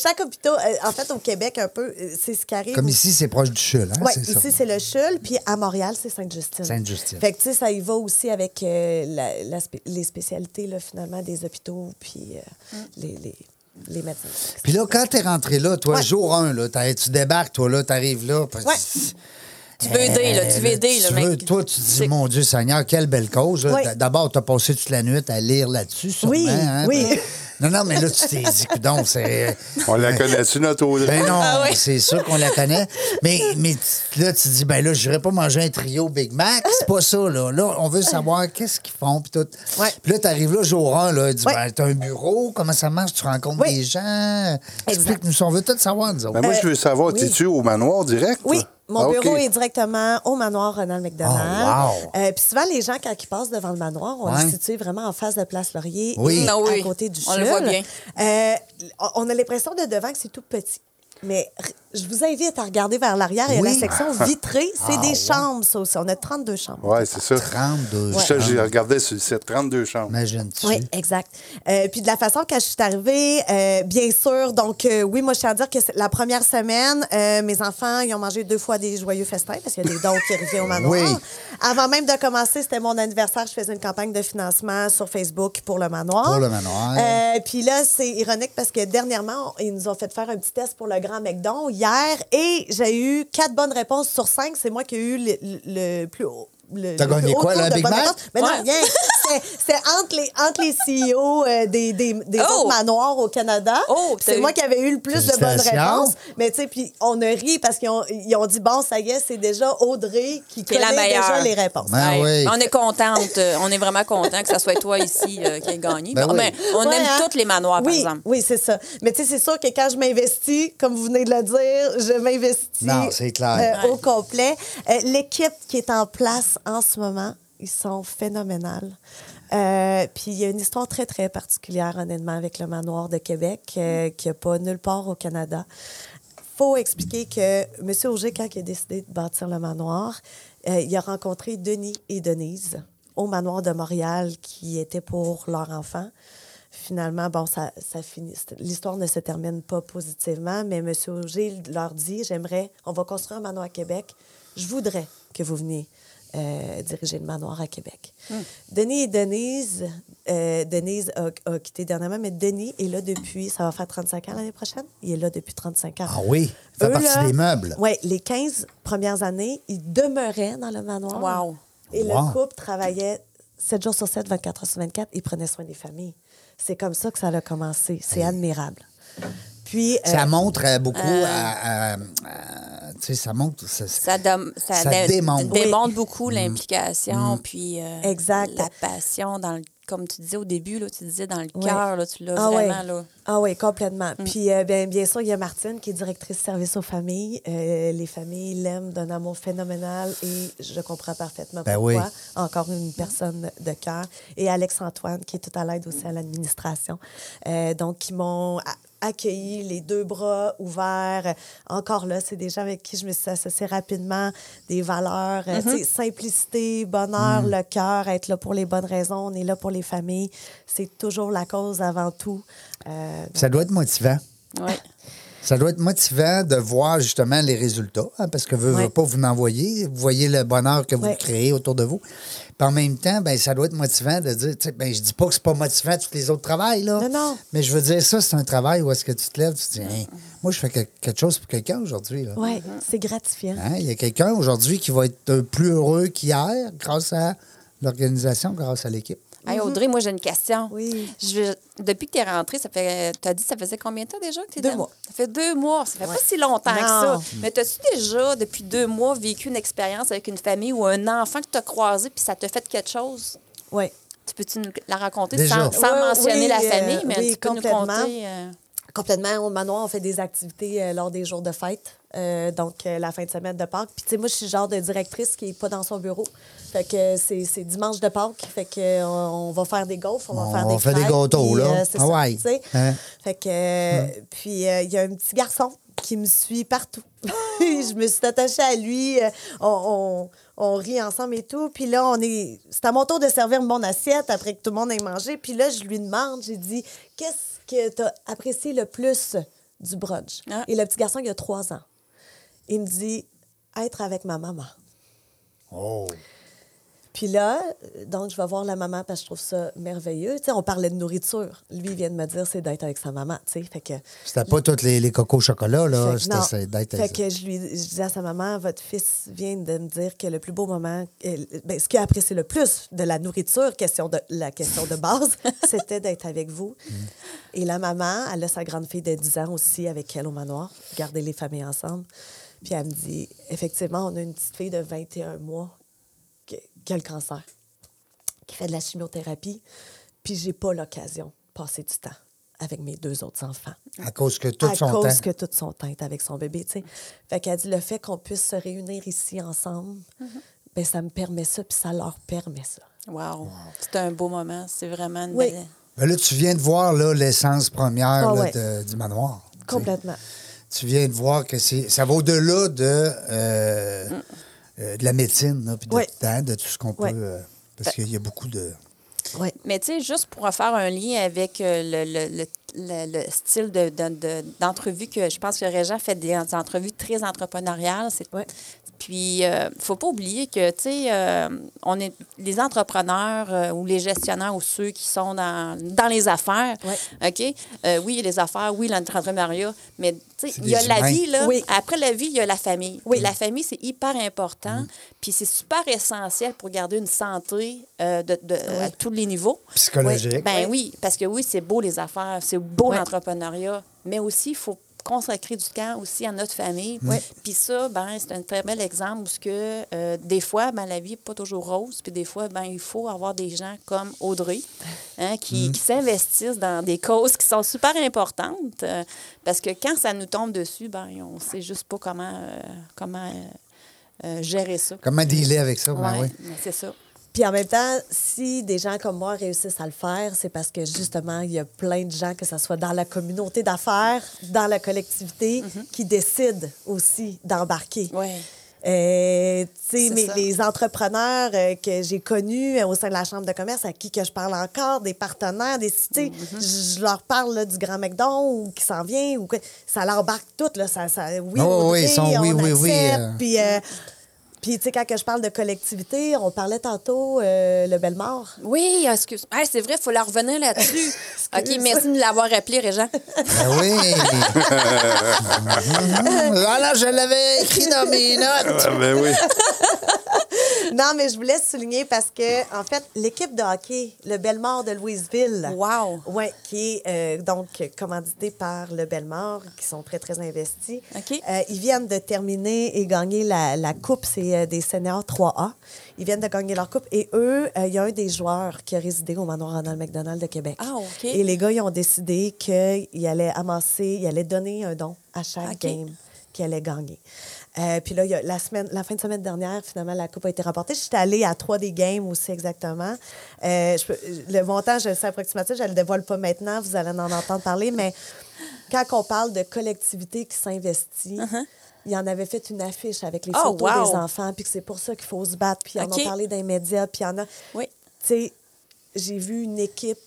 S3: chaque hôpital, euh, en fait, au Québec, un peu, euh, c'est ce qui arrive.
S1: Comme
S3: au-
S1: ici, c'est proche du Chul, hein?
S3: Oui,
S1: c'est ça.
S3: ici, c'est le Chul, puis à Montréal, c'est Sainte-Justine.
S1: Sainte-Justine.
S3: Fait que, tu sais, ça y va aussi avec euh, la- la spé- les spécialités, là, finalement, des hôpitaux, puis euh, les, les, les médecins.
S1: Puis là, quand t'es rentré là, toi,
S3: Ouais.
S1: jour 1, là, t'as- tu débarques, toi, là, t'arrives là. puis-
S3: Ouais.
S4: Tu veux aider, là, Euh, tu veux aider,
S1: tu
S4: là, mec.
S1: veux- toi, tu te dis,
S4: C'est-
S1: mon Dieu Seigneur, quelle belle cause. là.
S3: Oui.
S1: D- D'abord, tu as passé toute la nuit à lire là-dessus, sûrement.
S3: Oui,
S1: hein,
S3: oui.
S1: puis- Non, non, mais là, tu t'es dit, donc, c'est.
S2: On la connaît-tu, notre Audrey?
S1: Ben non,
S4: Ah ouais.
S1: c'est sûr qu'on la connaît. Mais, mais tu- là, tu dis, ben là, je n'irai pas manger un trio Big Mac. C'est pas ça, là. Là, on veut savoir qu'est-ce qu'ils font, puis tout.
S3: Ouais.
S1: Puis là, tu arrives là, jour 1, là, tu dis,
S3: Ouais.
S1: ben, t'as un bureau, comment ça marche, tu rencontres
S3: Oui.
S1: des gens.
S3: Exact.
S1: Explique-nous, on veut tout savoir, nous autres.
S2: Ben, moi, je veux savoir,
S3: oui.
S2: t'es-tu au manoir direct?
S3: Oui,
S2: toi?
S3: mon
S2: Ah, OK.
S3: bureau est directement au manoir Ronald McDonald.
S1: Oh, wow.
S3: Euh, Puis souvent, les gens, quand ils passent devant le manoir, on
S1: Ouais.
S3: est situé vraiment en face de Place Laurier
S1: Oui.
S3: et
S4: Ah oui,
S3: à côté du
S4: on le
S3: Chul.
S4: voit bien.
S3: Euh, on a l'impression de devant que c'est tout petit. Mais r- je vous invite à regarder vers l'arrière. Il y a
S1: Oui. Ah,
S3: la section vitrée. C'est des chambres, ça aussi. On a 32 chambres.
S2: Oui, c'est ça.
S1: 32
S2: Ça, j'ai
S1: chambres.
S2: regardé sur le site, 32 chambres.
S1: Imagine-tu.
S3: Oui, exact. Euh, puis de la façon que je suis arrivée, euh, bien sûr, donc euh, oui, moi, je tiens à dire que c'est la première semaine, euh, mes enfants, ils ont mangé deux fois des joyeux festins parce qu'il y a des dons qui arrivaient au manoir.
S1: Oui.
S3: Avant même de commencer, c'était mon anniversaire. Je faisais une campagne de financement sur Facebook pour le manoir.
S1: Pour le manoir.
S3: Euh, puis là, c'est ironique parce que dernièrement, on- ils nous ont fait faire un petit test pour le Grand McDon hier et j'ai eu quatre bonnes réponses sur cinq. C'est moi qui ai eu le, le- le plus haut. le-
S1: T'as
S3: le plus
S1: gagné
S3: haut
S1: quoi,
S3: taux
S1: là,
S3: de
S1: Big
S3: bonnes
S1: Mac?
S3: réponses. Mais
S4: Ouais.
S3: non, rien. C'est- C'est entre les, entre les CEO euh, des, des, des
S4: Oh!
S3: autres manoirs au Canada.
S4: Oh,
S3: Puis c'est
S4: t'as
S3: moi
S4: eu-
S3: qui avais eu le plus de bonnes
S1: Félicitations.
S3: réponses. Mais tu sais, puis on a ri parce qu'ils ont, ils ont dit, bon, ça y est, c'est déjà Audrey qui,
S4: Qui est la
S3: connaît déjà
S4: meilleure.
S3: les réponses.
S1: Ah oui.
S4: On est contente. euh, on est vraiment content que ce soit toi ici euh, qui ait gagné.
S1: Ben
S4: Bon,
S1: oui.
S4: ben, on
S3: Ouais,
S4: aime
S3: hein?
S4: tous les manoirs, par
S3: Oui,
S4: exemple.
S3: Oui, c'est ça. Mais tu sais, c'est sûr que quand je m'investis, comme vous venez de le dire, je m'investis
S1: Non, c'est clair.
S3: euh, au complet. Euh, L'équipe qui est en place en ce moment, ils sont phénoménales. Euh, puis il y a une histoire très, très particulière, honnêtement, avec le manoir de Québec, euh, qu'il n'y a pas nulle part au Canada. faut expliquer que M. Auger, quand il a décidé de bâtir le manoir, euh, il a rencontré Denis et Denise au manoir de Montréal qui était pour leur enfant. Finalement, bon, ça, ça finit. c'est- L'histoire ne se termine pas positivement, mais M. Auger leur dit J'aimerais, on va construire un manoir à Québec. Je voudrais que vous veniez euh, diriger le manoir à Québec. Denis et Denise, euh, Denise a, a quitté dernièrement, mais Denis est là depuis, ça va faire 35 ans l'année prochaine. Il est là depuis 35 ans.
S1: Ah oui, il fait
S3: Eux,
S1: partie
S3: là,
S1: des meubles.
S3: Oui, les 15 premières années, ils demeuraient dans le manoir.
S4: Wow.
S3: Et
S1: Wow.
S3: le couple travaillait 7 jours sur 7, 24 heures sur 24. Ils prenaient soin des familles. C'est comme ça que ça a commencé. C'est admirable. Puis,
S1: Ça
S3: euh,
S1: montre euh, beaucoup à- à- à- tu sais, ça montre. Ça,
S4: Ça, dom- ça,
S1: Ça
S4: dé-
S1: démontre. Mm.
S4: démontre beaucoup l'implication, puis euh,
S3: Exact.
S4: la passion, dans le- comme tu disais au début, là, tu disais dans le
S3: Ouais.
S4: cœur, là, tu l'as
S3: Ah
S4: vraiment.
S3: ouais.
S4: Là. Mm.
S3: Ah oui, complètement. Puis euh, ben, bien sûr, il y a Martine qui est directrice service aux familles. Euh, les familles l'aiment d'un amour phénoménal et je comprends parfaitement
S1: Ben
S3: pourquoi.
S1: oui.
S3: Encore une personne de cœur. Et Alex-Antoine qui est tout à l'aide aussi à l'administration. Euh, donc, qui m'ont a- accueilli les deux bras ouverts. Encore là, c'est des gens avec qui je me suis associée rapidement. Des valeurs, euh, tu sais, simplicité, bonheur, le cœur, être là pour les bonnes raisons. On est là pour les familles. C'est toujours la cause avant tout. Euh,
S1: ça doit être motivant.
S4: Ouais.
S1: Ça doit être motivant de voir justement les résultats, hein, parce que vous
S3: Ouais.
S1: pas vous n'envoyez, vous voyez le bonheur que vous
S3: Ouais.
S1: créez autour de vous. Puis en même temps, ben, ça doit être motivant de dire, tu sais, ben, je dis pas que c'est pas motivant tous les autres travails, là.
S3: Non, non.
S1: Mais je veux dire, ça, c'est un travail où est-ce que tu te lèves, tu te dis, Hey, moi, je fais que- quelque chose pour quelqu'un aujourd'hui. là.
S3: Oui, c'est gratifiant.
S1: Hein, Il y a quelqu'un aujourd'hui qui va être euh, plus heureux qu'hier grâce à l'organisation, grâce à l'équipe.
S4: Hey, Audrey, moi, j'ai une question.
S3: Mhm. Oui.
S4: Je- depuis que tu es rentrée, ça fait, t'as dit, ça faisait combien de temps déjà que tu
S3: Deux mois.
S4: Ça fait deux mois. Ça fait pas si longtemps que ça.
S3: Non.
S4: Mais as-tu déjà, depuis deux mois, vécu une expérience avec une famille ou un enfant que tu as croisé puis ça t'a fait quelque chose?
S3: Oui.
S4: Tu peux-tu nous la raconter
S1: Déjà.
S4: sans, sans
S3: Ouais,
S4: mentionner
S3: oui,
S4: la
S3: euh,
S4: famille, mais
S3: oui,
S4: tu peux nous
S3: complètement.
S4: conter? euh,
S3: Complètement. Au manoir, on fait des activités euh, lors des jours de fête. Euh, donc, euh, la fin de semaine de Pâques. Puis, tu sais, moi, je suis le genre de directrice qui n'est pas dans son bureau. Fait que euh, c'est c'est dimanche de Pâques. Fait que euh, on on va faire des gaufres, on va
S1: On
S3: faire
S1: va
S3: des
S1: faire des
S3: crêpes,
S1: gâteaux,
S3: puis, euh,
S1: là.
S3: c'est
S1: Ah
S3: ça,
S1: ouais.
S3: tu sais.
S1: Hein?
S3: Fait que, euh, puis euh, il y a un petit garçon qui me suit partout. je me suis attachée à lui. euh, on, on- on rit ensemble et tout. Puis là, on est. C'est à mon tour de servir mon assiette après que tout le monde ait mangé. Puis là, je lui demande, j'ai dit, qu'est-ce que tu as apprécié le plus du brunch?
S4: Ah.
S3: Et le petit garçon, il a trois ans. Il me dit, être avec ma maman.
S1: Oh.
S3: Puis là, euh, donc, je vais voir la maman parce que je trouve ça merveilleux. Tu sais, on parlait de nourriture. Lui, il vient de me dire, c'est d'être avec sa maman. Tu sais, fait que.
S1: C'était pas tous les, les cocos au chocolat, là.
S3: Fait que non.
S1: C'était d'être
S3: Fait que je lui je disais à sa maman, votre fils vient de me dire que le plus beau moment, euh, ben, ce qu'il a apprécié le plus de la nourriture, question de, la question de base, c'était d'être avec vous.
S1: Mm.
S3: Et la maman, elle a sa grande fille de 10 ans aussi avec elle au manoir, garder les familles ensemble. Puis elle me dit, effectivement, on a une petite fille de 21 mois qui, qui a le cancer, qui fait de la chimiothérapie, puis j'ai pas l'occasion de passer du temps avec mes deux autres enfants
S1: à cause que tout
S3: à
S1: son
S3: cause
S1: temps.
S3: que tout son temps est avec son bébé. tu sais. Fait qu'elle dit le fait qu'on puisse se réunir ici ensemble, ben, ça me permet ça, puis ça leur permet ça.
S4: Wow. C'est un beau moment. C'est vraiment une
S3: Oui.
S4: belle-
S1: Ben là, tu viens de voir là, l'essence première
S3: Ah
S1: là,
S3: ouais.
S1: de- du manoir. tu sais.
S3: Complètement.
S1: Tu tu viens de voir que c'est, ça va au-delà de, euh, euh, de la médecine, là, puis de,
S3: Ouais.
S1: hein, de tout ce qu'on
S3: Ouais.
S1: peut. euh, parce qu'il y a beaucoup de.
S3: Ouais.
S4: Mais tu sais, juste pour faire un lien avec euh, le, le- le- le- le style de- de- de- d'entrevue que je pense que Régent fait des entrevues très entrepreneuriales. c'est-
S3: Ouais.
S4: Puis, il faut pas oublier que, tu sais, euh, on est les entrepreneurs euh, ou les gestionnaires ou ceux qui sont dans, dans les affaires.
S3: Ouais.
S4: OK? Euh, oui, il y a les affaires, oui, l'entrepreneuriat, mais tu sais,
S1: C'est
S4: il y a
S1: des
S4: la
S1: humains.
S4: vie, là.
S3: Oui.
S4: Après la vie, il y a la famille.
S3: Oui. Mm-hmm.
S4: La famille, c'est hyper important. Puis, c'est super essentiel pour garder une santé euh, de, de- à tous les niveaux.
S1: Psychologique.
S4: Oui, Ben oui, parce que oui, c'est beau les affaires, c'est beau
S3: Ouais.
S4: l'entrepreneuriat, mais aussi il faut consacrer du temps aussi à notre famille. Puis ça, ben, c'est un très bel exemple parce que euh, des fois, ben, la vie n'est pas toujours rose, puis des fois, ben, il faut avoir des gens comme Audrey hein, qui,
S1: Mm.
S4: qui s'investissent dans des causes qui sont super importantes euh, parce que quand ça nous tombe dessus, ben, on ne sait juste pas comment, euh, comment euh, euh, gérer ça.
S1: Comment dealer avec ça? Ben
S4: Ouais,
S1: oui.
S4: mais c'est ça.
S3: Puis en même temps, si des gens comme moi réussissent à le faire, c'est parce que justement, il y a plein de gens, que ce soit dans la communauté d'affaires, dans la collectivité, qui décident aussi d'embarquer.
S4: Mhm. Ouais.
S3: Euh, tu sais,
S4: C'est
S3: mais
S4: ça.
S3: les entrepreneurs euh, que j'ai connus euh, au sein de la Chambre de commerce, à qui que je parle encore, des partenaires, des cités,
S4: Mhm.
S3: je leur parle là, du Grand McDon ou qui s'en vient, ou que, ça l'embarque tout. Là, ça, ça, oui,
S1: Oh,
S3: Audrey,
S1: oui, ils sont-
S3: on
S1: oui, oui, oui,
S3: accepte,
S1: euh.
S3: Puis, euh, puis, tu sais, quand que je parle de collectivité, on parlait tantôt euh, le Bellemare.
S4: Oui, excuse. Ah, c'est vrai, il faut la revenir là-dessus. OK, merci de l'avoir rappelé, Régent.
S1: Ben oui. Mhm. voilà, je l'avais écrit dans mes notes.
S2: ben oui.
S3: non, mais je voulais souligner parce que, en fait, l'équipe de hockey, le Bellemare de Louisville.
S4: Wow.
S3: Oui, qui est euh, donc commandité par le Bellemare, qui sont très, très investis.
S4: OK.
S3: Euh, ils viennent de terminer et gagner la, la coupe, c'est euh, des seniors 3A. Ils viennent de gagner leur coupe. Et eux, euh, il y a un des joueurs qui a résidé au manoir Ronald McDonald de Québec.
S4: Ah, OK.
S3: Et les gars, ils ont décidé qu'ils allaient amasser, ils allaient donner un don à chaque
S4: OK.
S3: game qui allait gagner. Euh, puis là, il y a la, semaine, la fin de semaine dernière, finalement, la coupe a été remportée. J'étais allée à trois des games aussi exactement. Euh, je peux- le montant, je le sais approximatif, je ne le dévoile pas maintenant, vous allez en entendre parler, mais quand on parle de collectivité qui s'investit, il en avait fait une affiche avec les
S4: Uh-huh. Oh,
S3: photos
S4: wow!
S3: des enfants, puis que c'est pour ça qu'il faut se battre, puis ils en
S4: OK.
S3: ont parlé dans les médias, puis il y en a...
S4: Oui.
S3: Tu sais, j'ai vu une équipe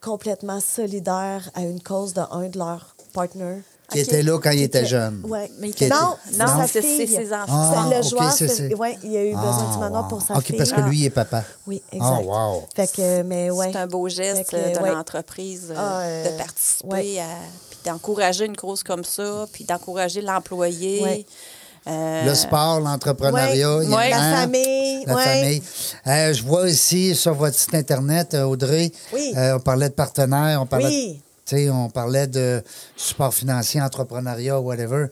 S3: complètement solidaire à une cause de un de leurs partners.
S1: Qui
S4: Ok.
S1: était là quand il était
S3: Qui-
S1: jeune.
S3: Ouais.
S4: Mais il
S1: Qui était-
S3: non,
S4: Non,
S3: sa
S4: c'est-
S3: fille.
S4: c'est ses enfants.
S1: Ah,
S3: C'est le
S1: ok,
S3: joueur,
S1: c'est-
S3: c'est-
S1: c'est-
S3: ouais, il a eu besoin
S1: Ah,
S3: du manoir pour sa
S1: wow.
S3: fille.
S1: OK, parce que
S4: Ah.
S1: lui, il est papa.
S3: Oui, exact.
S1: Ah, wow.
S3: Fait que, mais ouais.
S4: C'est un beau geste
S3: Fait que,
S4: euh, de
S3: ouais.
S4: l'entreprise euh,
S3: Ah, euh,
S4: de participer
S3: ouais.
S4: à puis d'encourager une cause comme ça, puis d'encourager l'employé.
S3: Ouais.
S4: Euh,
S1: Le sport, l'entrepreneuriat,
S3: Ouais,
S1: il y en a
S4: ouais.
S1: un.
S3: La famille,
S1: La
S3: ouais.
S1: famille. Euh, je vois ici sur votre site Internet, euh, Audrey,
S3: Oui.
S1: euh, on parlait de partenaires, on parlait,
S3: Oui.
S1: de, tu sais, on parlait de support financier, entrepreneuriat, whatever.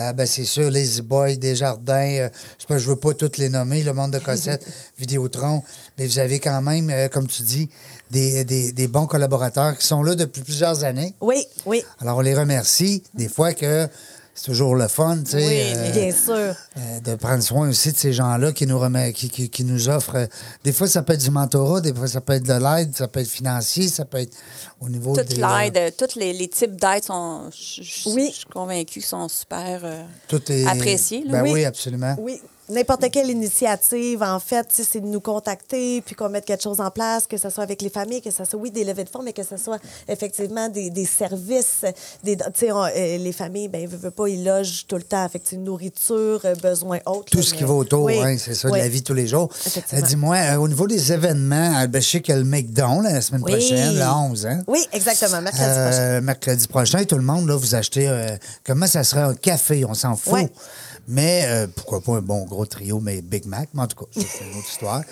S1: Euh, ben, c'est sûr, Lazy Boy, Desjardins, euh, c'est pas- je veux pas toutes les nommer, le monde de Cossette, Vidéotron, mais vous avez quand même, euh, comme tu dis, des, des- des bons collaborateurs qui sont là depuis plusieurs années.
S3: Oui, oui,
S1: Alors, on les remercie. Des fois que c'est toujours le fun, tu sais.
S4: Oui,
S1: euh,
S3: bien sûr.
S1: euh, de prendre soin aussi de ces gens-là qui nous remet, qui, qui- qui nous offrent. euh, des fois, ça peut être du mentorat, des fois, ça peut être de l'aide, ça peut être financier, ça peut être au niveau
S4: Toute
S1: des,
S4: l'aide,
S1: euh,
S4: euh, tous les, les types d'aide sont, je, je-
S3: Oui.
S4: je suis convaincue, qu'ils sont super euh,
S1: toutes les-
S4: appréciés. là.
S1: Ben oui,
S3: Oui.
S1: absolument.
S3: Oui. N'importe quelle initiative, en fait, tu sais, c'est de nous contacter, puis qu'on mette quelque chose en place, que ce soit avec les familles, que ce soit, oui, des levées de fonds, mais que ce soit effectivement des, des services. Des, tu sais, on- euh, les familles, ben, veulent, veulent pas, ils logent tout le temps, avec tu sais, nourriture, euh, besoins autres.
S1: Tout
S3: là,
S1: ce qui
S3: mais-
S1: va autour,
S3: Oui.
S1: hein, c'est ça,
S3: Oui.
S1: de la vie de tous les jours.
S3: Effectivement.
S1: Euh, Dis-moi, euh, au niveau des événements, euh, ben, je sais qu'il y a le McDonald's la semaine
S3: Oui.
S1: prochaine, le 11. Hein?
S3: Oui, exactement, mercredi
S1: Euh,
S3: prochain.
S1: mercredi prochain, tout le monde, là, vous achetez, euh, comment ça serait un café, on s'en fout.
S3: Ouais.
S1: Mais euh, pourquoi pas un bon gros trio, mais Big Mac, mais en tout cas, ça, c'est une autre histoire.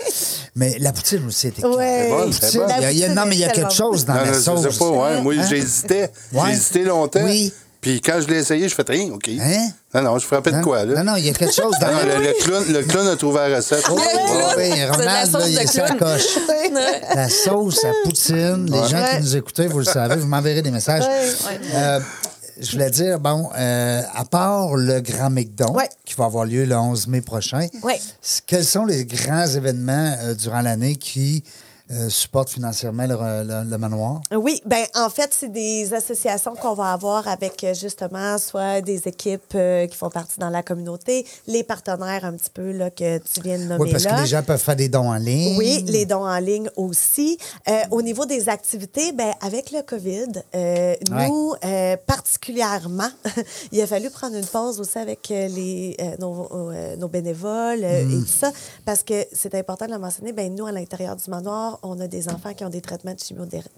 S1: Mais la poutine aussi était
S3: Ouais.
S1: claire.
S3: C'est
S2: bon,
S1: La
S2: c'est
S1: poutine,
S2: bon.
S1: il y a- il y a-
S3: La
S1: non, mais il y a
S3: poutine est
S1: quelque chose dans
S2: Non,
S1: la
S2: non, je
S1: sauce.
S2: sais pas, ouais. Moi,
S1: Hein?
S2: j'hésitais.
S1: Ouais.
S2: J'ai hésité longtemps.
S1: Oui.
S2: Puis quand je l'ai essayé, je fais rien, OK.
S1: Hein?
S2: Non, non, je frappais de
S1: Hein?
S2: quoi, là?
S1: Non, non, il y a quelque chose dans
S2: Non, non,
S1: la
S2: le, le clown, le clown a trouvé la recette.
S3: Ah,
S1: Oh,
S4: clown.
S1: oui,
S4: C'est de la
S1: Ronald, là,
S4: sauce
S1: il
S4: de
S1: est
S4: clown.
S1: sacoche. La sauce, la poutine, les gens qui nous écoutaient, vous le savez, vous m'enverrez des messages. Euh, je voulais dire, bon, euh, à part le Grand McDon,
S3: Ouais.
S1: qui va avoir lieu le 11 mai prochain,
S3: Ouais.
S1: s- quels sont les grands événements euh, durant l'année qui euh, supportent financièrement le, le- le manoir.
S3: Oui, ben en fait, c'est des associations qu'on va avoir avec euh, justement soit des équipes euh, qui font partie dans la communauté, les partenaires un petit peu là, que tu viens de nommer
S1: Oui, parce
S3: là.
S1: que les gens peuvent faire des dons en ligne.
S3: Oui, les dons en ligne aussi. Euh, au niveau des activités, ben, avec le COVID, euh,
S1: Ouais.
S3: nous, euh, particulièrement, il a fallu prendre une pause aussi avec euh, les, euh, nos, euh, nos bénévoles euh,
S1: Mm.
S3: et tout ça, parce que c'est important de le mentionner. Ben, nous, à l'intérieur du manoir, on a des enfants qui ont des traitements de chimiothérapie,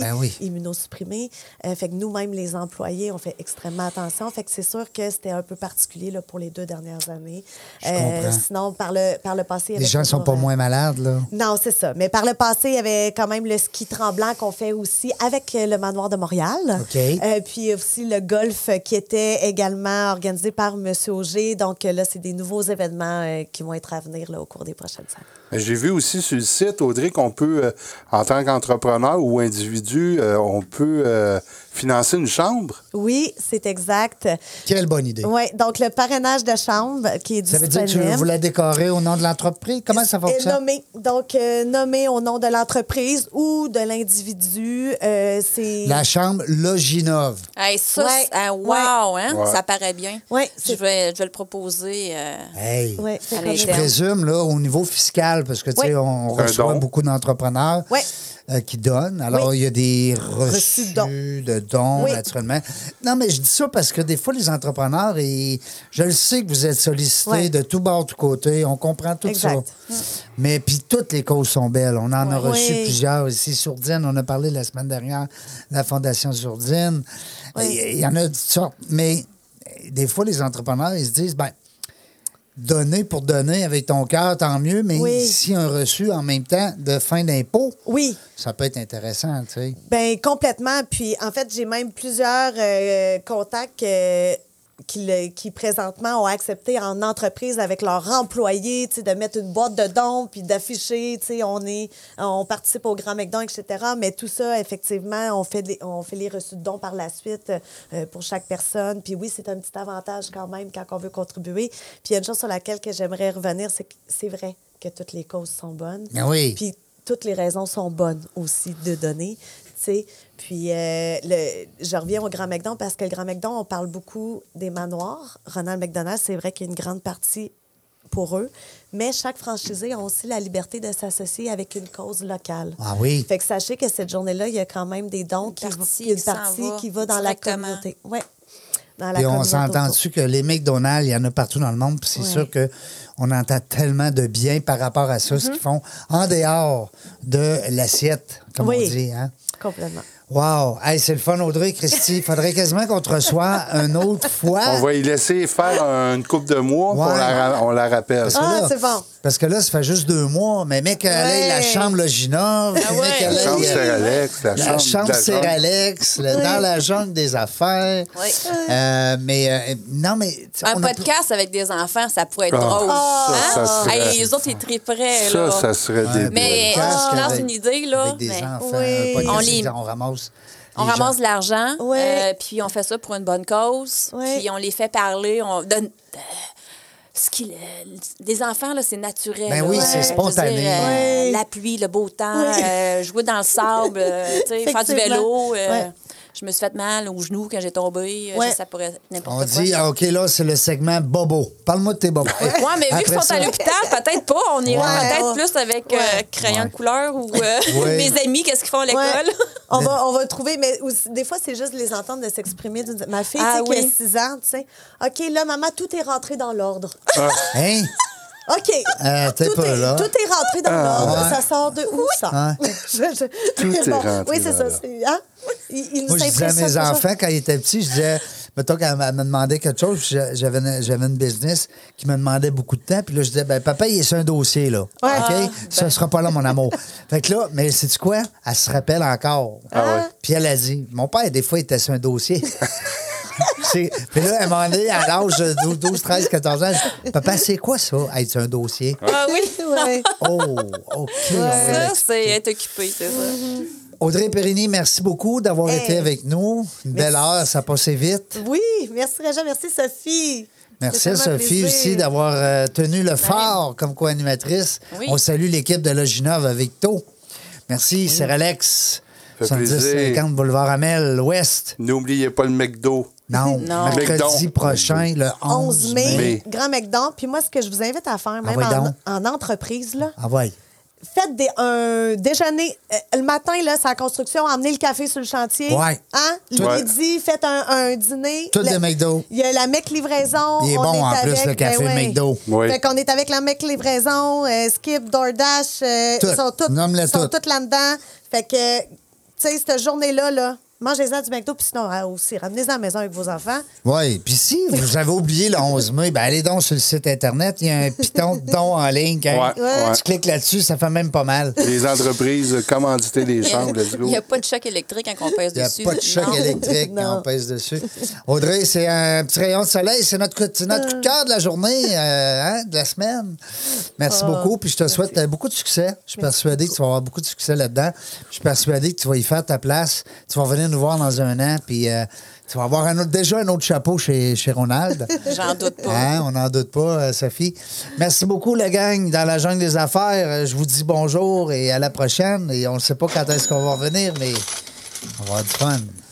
S1: Ben, ben oui.
S3: immunosupprimés. Euh, fait que nous-mêmes, les employés, on fait extrêmement attention. Fait que c'est sûr que c'était un peu particulier là, pour les deux dernières années. Euh,
S1: Je comprends.
S3: sinon, par le, par le passé...
S1: Les
S3: avec
S1: gens sont
S3: nos,
S1: pas
S3: euh,
S1: moins malades, là.
S3: non, c'est ça. Mais par le passé, il y avait quand même le ski tremblant qu'on fait aussi avec euh, le Manoir de Montréal.
S1: OK.
S3: Euh, puis aussi le golf euh, qui était également organisé par M. Auger. Donc euh, là, c'est des nouveaux événements euh, qui vont être à venir là, au cours des prochaines années.
S2: Mais J'ai vu aussi sur le site, Audrey, qu'on peut, euh, en tant qu'entrepreneur ou individu, euh, on peut euh, financer une chambre.
S3: Oui, c'est exact.
S1: Quelle bonne idée.
S3: Oui, donc le parrainage de chambre qui est
S1: Ça veut dire
S3: disponible.
S1: que tu vous la décorez au nom de l'entreprise? Comment ça
S3: Et
S1: fonctionne?
S3: nommé. Donc, euh, nommé au nom de l'entreprise ou de l'individu. Euh, c'est...
S1: La chambre Loginov.
S4: Hey, ça,
S3: Ouais,
S4: c'est- ah,
S3: ouais.
S4: wow, hein?
S2: Ouais.
S4: Ça paraît bien.
S3: Ouais,
S4: je,
S3: c'est-
S4: vais, je vais le proposer. euh,
S1: Hey!
S3: Ouais, c'est
S4: À
S3: comme-
S1: Je
S4: Bien.
S1: présume, là, au niveau fiscal, parce que, tu sais,
S3: Oui.
S1: on
S2: Un
S1: reçoit
S2: don.
S1: beaucoup d'entrepreneurs
S3: Oui.
S1: euh, qui donnent. Alors, il y a des
S3: Reçus
S1: reçus
S3: de dons.
S1: de dons,
S3: Oui.
S1: naturellement. Non, mais je dis ça parce que des fois, les entrepreneurs, ils- je le sais que vous êtes sollicités
S3: Ouais.
S1: de tout bord, de tout côté. On comprend tout
S3: Exact. Mm.
S1: ça. Mais puis, toutes les causes sont belles. On en a
S3: Ouais.
S1: reçu
S3: Oui.
S1: plusieurs ici. Sourdine, on a parlé la semaine dernière, la Fondation Sourdine.
S3: Oui.
S1: Il il y en a de toutes sortes. Mais euh, des fois, les entrepreneurs, ils se disent, ben donner pour donner avec ton cœur, tant mieux, mais
S3: Oui.
S1: si un reçu en même temps de fin d'impôt,
S3: Oui.
S1: ça peut être intéressant, tu sais.
S3: Ben complètement. Puis en fait, j'ai même plusieurs euh, contacts euh, qui, le- qui présentement ont accepté en entreprise avec leurs employés, tu sais, de mettre une boîte de dons puis d'afficher, tu sais, on est, on participe au Grand McDon, etc. Mais tout ça, effectivement, on fait des- on fait les reçus de dons par la suite euh, pour chaque personne. Puis oui, c'est un petit avantage quand même quand on veut contribuer. Puis il y a une chose sur laquelle que j'aimerais revenir, c'est que c'est vrai que toutes les causes sont bonnes.
S1: Ben oui.
S3: Puis toutes les raisons sont bonnes aussi de donner. tu sais. Puis euh, le- je reviens au Grand McDon parce que le Grand McDon, on parle beaucoup des manoirs. Ronald McDonald, c'est vrai qu'il y a une grande partie pour eux, mais chaque franchisé a aussi la liberté de s'associer avec une cause locale.
S1: Ah oui.
S3: Fait que sachez que cette journée-là, il y a quand même des dons, qui,
S4: partie
S3: une
S4: qui s'en
S3: partie
S4: va
S3: qui va dans la
S4: directement.
S3: communauté. Ouais. Dans la
S1: Puis on
S3: communauté autour.
S1: s'entend-tu que les McDonald's, il y en a partout dans le monde, puis c'est
S3: Ouais.
S1: sûr que on entend tellement de bien par rapport à ça, ce
S3: Mhm.
S1: qu'ils font en dehors de l'assiette, comme
S3: Oui.
S1: on dit, hein?
S3: Complètement.
S1: Wow! Hey, c'est le fun, Audrey, Christy. Faudrait quasiment qu'on te reçoive une autre fois.
S2: On va y laisser faire une coupe de mois, puis on,
S1: Ouais.
S2: la, ra- on la rappelle.
S1: Parce que
S3: Ah,
S1: là-
S3: c'est bon.
S1: Parce que là, ça fait juste deux mois, mais mec, elle a la
S3: Ouais.
S1: chambre Loginov,
S4: Ah
S1: mec,
S4: ouais.
S1: elle
S2: La
S1: a
S2: chambre Céralex, la,
S1: La chambre
S2: de la
S1: c'est
S2: jungle.
S1: Alex, le- dans la jungle des affaires.
S4: Oui.
S1: Euh, mais euh, non, mais tu sais,
S4: Un
S1: on a-
S4: podcast avec des enfants, ça pourrait être
S2: Ah,
S4: drôle.
S2: ça,
S4: Hein?
S2: ça serait-
S4: Hey, les autres, ils triperaient.
S2: Ça,
S4: là.
S2: ça serait débile.
S4: Mais
S1: podcast
S4: je lance
S1: avec-
S4: une idée, là,
S1: Avec des
S4: mais-
S1: enfants,
S3: Oui.
S1: un podcast,
S4: On les-
S1: on, ramasse.
S4: On
S1: les gens.
S4: ramasse de l'argent,
S3: Ouais.
S4: euh, puis on fait ça pour une bonne cause,
S3: Ouais.
S4: puis on les fait parler, on donne... euh, ce qu'il, euh, des enfants, là, c'est naturel.
S1: Ben
S4: là.
S1: oui,
S4: Euh,
S1: c'est
S4: je veux
S1: spontané.
S4: dire, euh,
S3: Ouais.
S4: La pluie, le beau temps,
S3: Oui.
S4: euh, jouer dans le sable, euh, tu sais, faire du
S3: Effectivement.
S4: vélo. euh,
S3: Ouais.
S4: Je me suis fait mal au genou quand j'ai tombé. euh,
S3: Ouais.
S4: Ça pourrait être
S1: On
S4: n'importe quoi.
S1: dit, ah, OK, là, c'est le segment Bobo. Parle-moi de tes bobos.
S4: Ouais, mais vu qu'ils
S1: Après
S4: sont
S1: ça-
S4: à l'hôpital, peut-être pas. On ira
S3: Ouais.
S4: peut-être plus avec euh,
S3: Ouais.
S4: crayon de couleur ou euh,
S1: Ouais.
S4: mes amis, qu'est-ce qu'ils font à l'école.
S3: Ouais. On,
S1: Ben.
S3: va, on va trouver, mais aussi- des fois, c'est juste les entendre de s'exprimer. d'une- Ma fille,
S4: Ah
S3: tu sais, qui
S4: oui.
S3: a 6 ans, tu sais. OK, là, maman, tout est rentré dans l'ordre.
S1: Hein?
S3: OK.
S1: Euh, t'es
S3: tout,
S1: pas
S3: est,
S1: là. Ah.
S3: tout est rentré dans l'ordre.
S1: Ouais.
S3: Ça sort de où, ça? Je- je-
S2: Tout est rentré
S3: Oui, c'est
S2: dans
S3: ça.
S2: l'ordre.
S3: c'est- Hein? Il, il nous
S1: Moi, je disais à
S3: impressionne
S1: mes
S3: toujours.
S1: enfants, quand ils étaient petits, je disais, mettons, quand elle me demandait quelque chose, je- j'avais une, j'avais une business qui me demandait beaucoup de temps. Puis là, je disais, ben, papa, il est sur un dossier, là.
S3: Ouais. Ah, ben.
S1: OK? Ça sera pas là, mon amour. fait que là, mais c'est tu quoi? Elle se rappelle encore.
S2: ouais.
S1: Puis elle a dit, mon père, des fois, il était sur un dossier. C'est- Puis là, à un moment donné, à l'âge de 12, 12, 13, 14 ans, je dis, papa, c'est quoi ça, être sur un dossier?
S4: Ah oui,
S3: Ouais.
S1: Oh, OK. on va
S4: ça,
S1: l'expliquer.
S4: c'est être occupé, c'est ça.
S1: Audrey Périni, merci beaucoup d'avoir
S3: Hey.
S1: été avec nous. Une belle heure, ça passait vite.
S3: Oui, merci, Réjean. Merci, Sophie.
S1: Merci
S3: C'est
S1: à
S3: vraiment un
S1: Sophie
S3: plaisir.
S1: aussi d'avoir euh, tenu le fort comme co-animatrice.
S4: Oui.
S1: On salue l'équipe de Loginov avec Victo. Merci, c'est Alex.
S2: Fait
S1: 70-50
S2: plaisir.
S1: Boulevard Amel, l'Ouest.
S2: N'oubliez pas le McDo.
S1: Non,
S4: Non.
S1: mercredi
S2: McDon.
S1: prochain, le
S3: 11 mai,
S2: mai.
S3: Grand McDon. Puis moi, ce que je vous invite à faire,
S1: Ah
S3: même
S1: oui,
S3: en,
S1: donc.
S3: en entreprise, là,
S1: Ah ouais.
S3: faites des, un déjeuner. euh, le matin, là, c'est la construction, emmenez le café sur le chantier.
S1: Ouais.
S3: Hein? Le
S2: Ouais.
S3: midi, faites un, un dîner.
S1: Tout
S3: Le-
S1: de McDo.
S3: Il y a la mec livraison.
S1: Il est
S3: on
S1: bon, en plus,
S3: avec-
S1: le café
S3: ben
S1: McDo.
S2: Oui.
S3: Fait qu'on est avec la mec livraison, euh, Skip, DoorDash. euh,
S1: Tout.
S3: Ils sont toutes,
S1: Nomme-les
S3: ils sont
S1: toutes.
S3: toutes là-dedans. Fait que, tu sais, cette journée-là, là, mangez-en du McDo, puis sinon, euh, aussi, ramenez-en à la maison avec vos enfants.
S1: Oui, puis si vous avez oublié le 11 mai, ben allez donc sur le site Internet, il y a un piton de dons en ligne. hein.
S2: Ouais, ouais.
S1: Tu cliques là-dessus, ça fait même pas mal.
S2: Les entreprises euh, commanditez les chambres, let's
S4: Il
S2: go.
S4: n'y a pas de choc électrique quand on pèse
S1: Il n'y a
S4: dessus.
S1: pas de choc
S4: Non.
S1: électrique quand on
S3: Non.
S1: pèse dessus. Audrey, c'est un petit rayon de soleil. C'est notre coup, c'est notre coup de cœur de la journée, euh, hein, de la semaine. Merci beaucoup. Puis je te souhaite euh, beaucoup de succès. Je suis persuadé que tu vas avoir beaucoup de succès là-dedans. Je suis persuadé que tu vas y faire ta place. Tu vas venir nous voir dans un an. Puis euh, tu vas avoir un autre, déjà un autre chapeau chez, chez Ronald.
S4: J'en doute pas.
S1: Hein, on n'en doute pas, euh, Sophie. Merci beaucoup, la gang, dans la jungle des affaires. Euh, Je vous dis bonjour et à la prochaine. Et on ne sait pas quand est-ce qu'on va revenir, mais on va avoir du fun.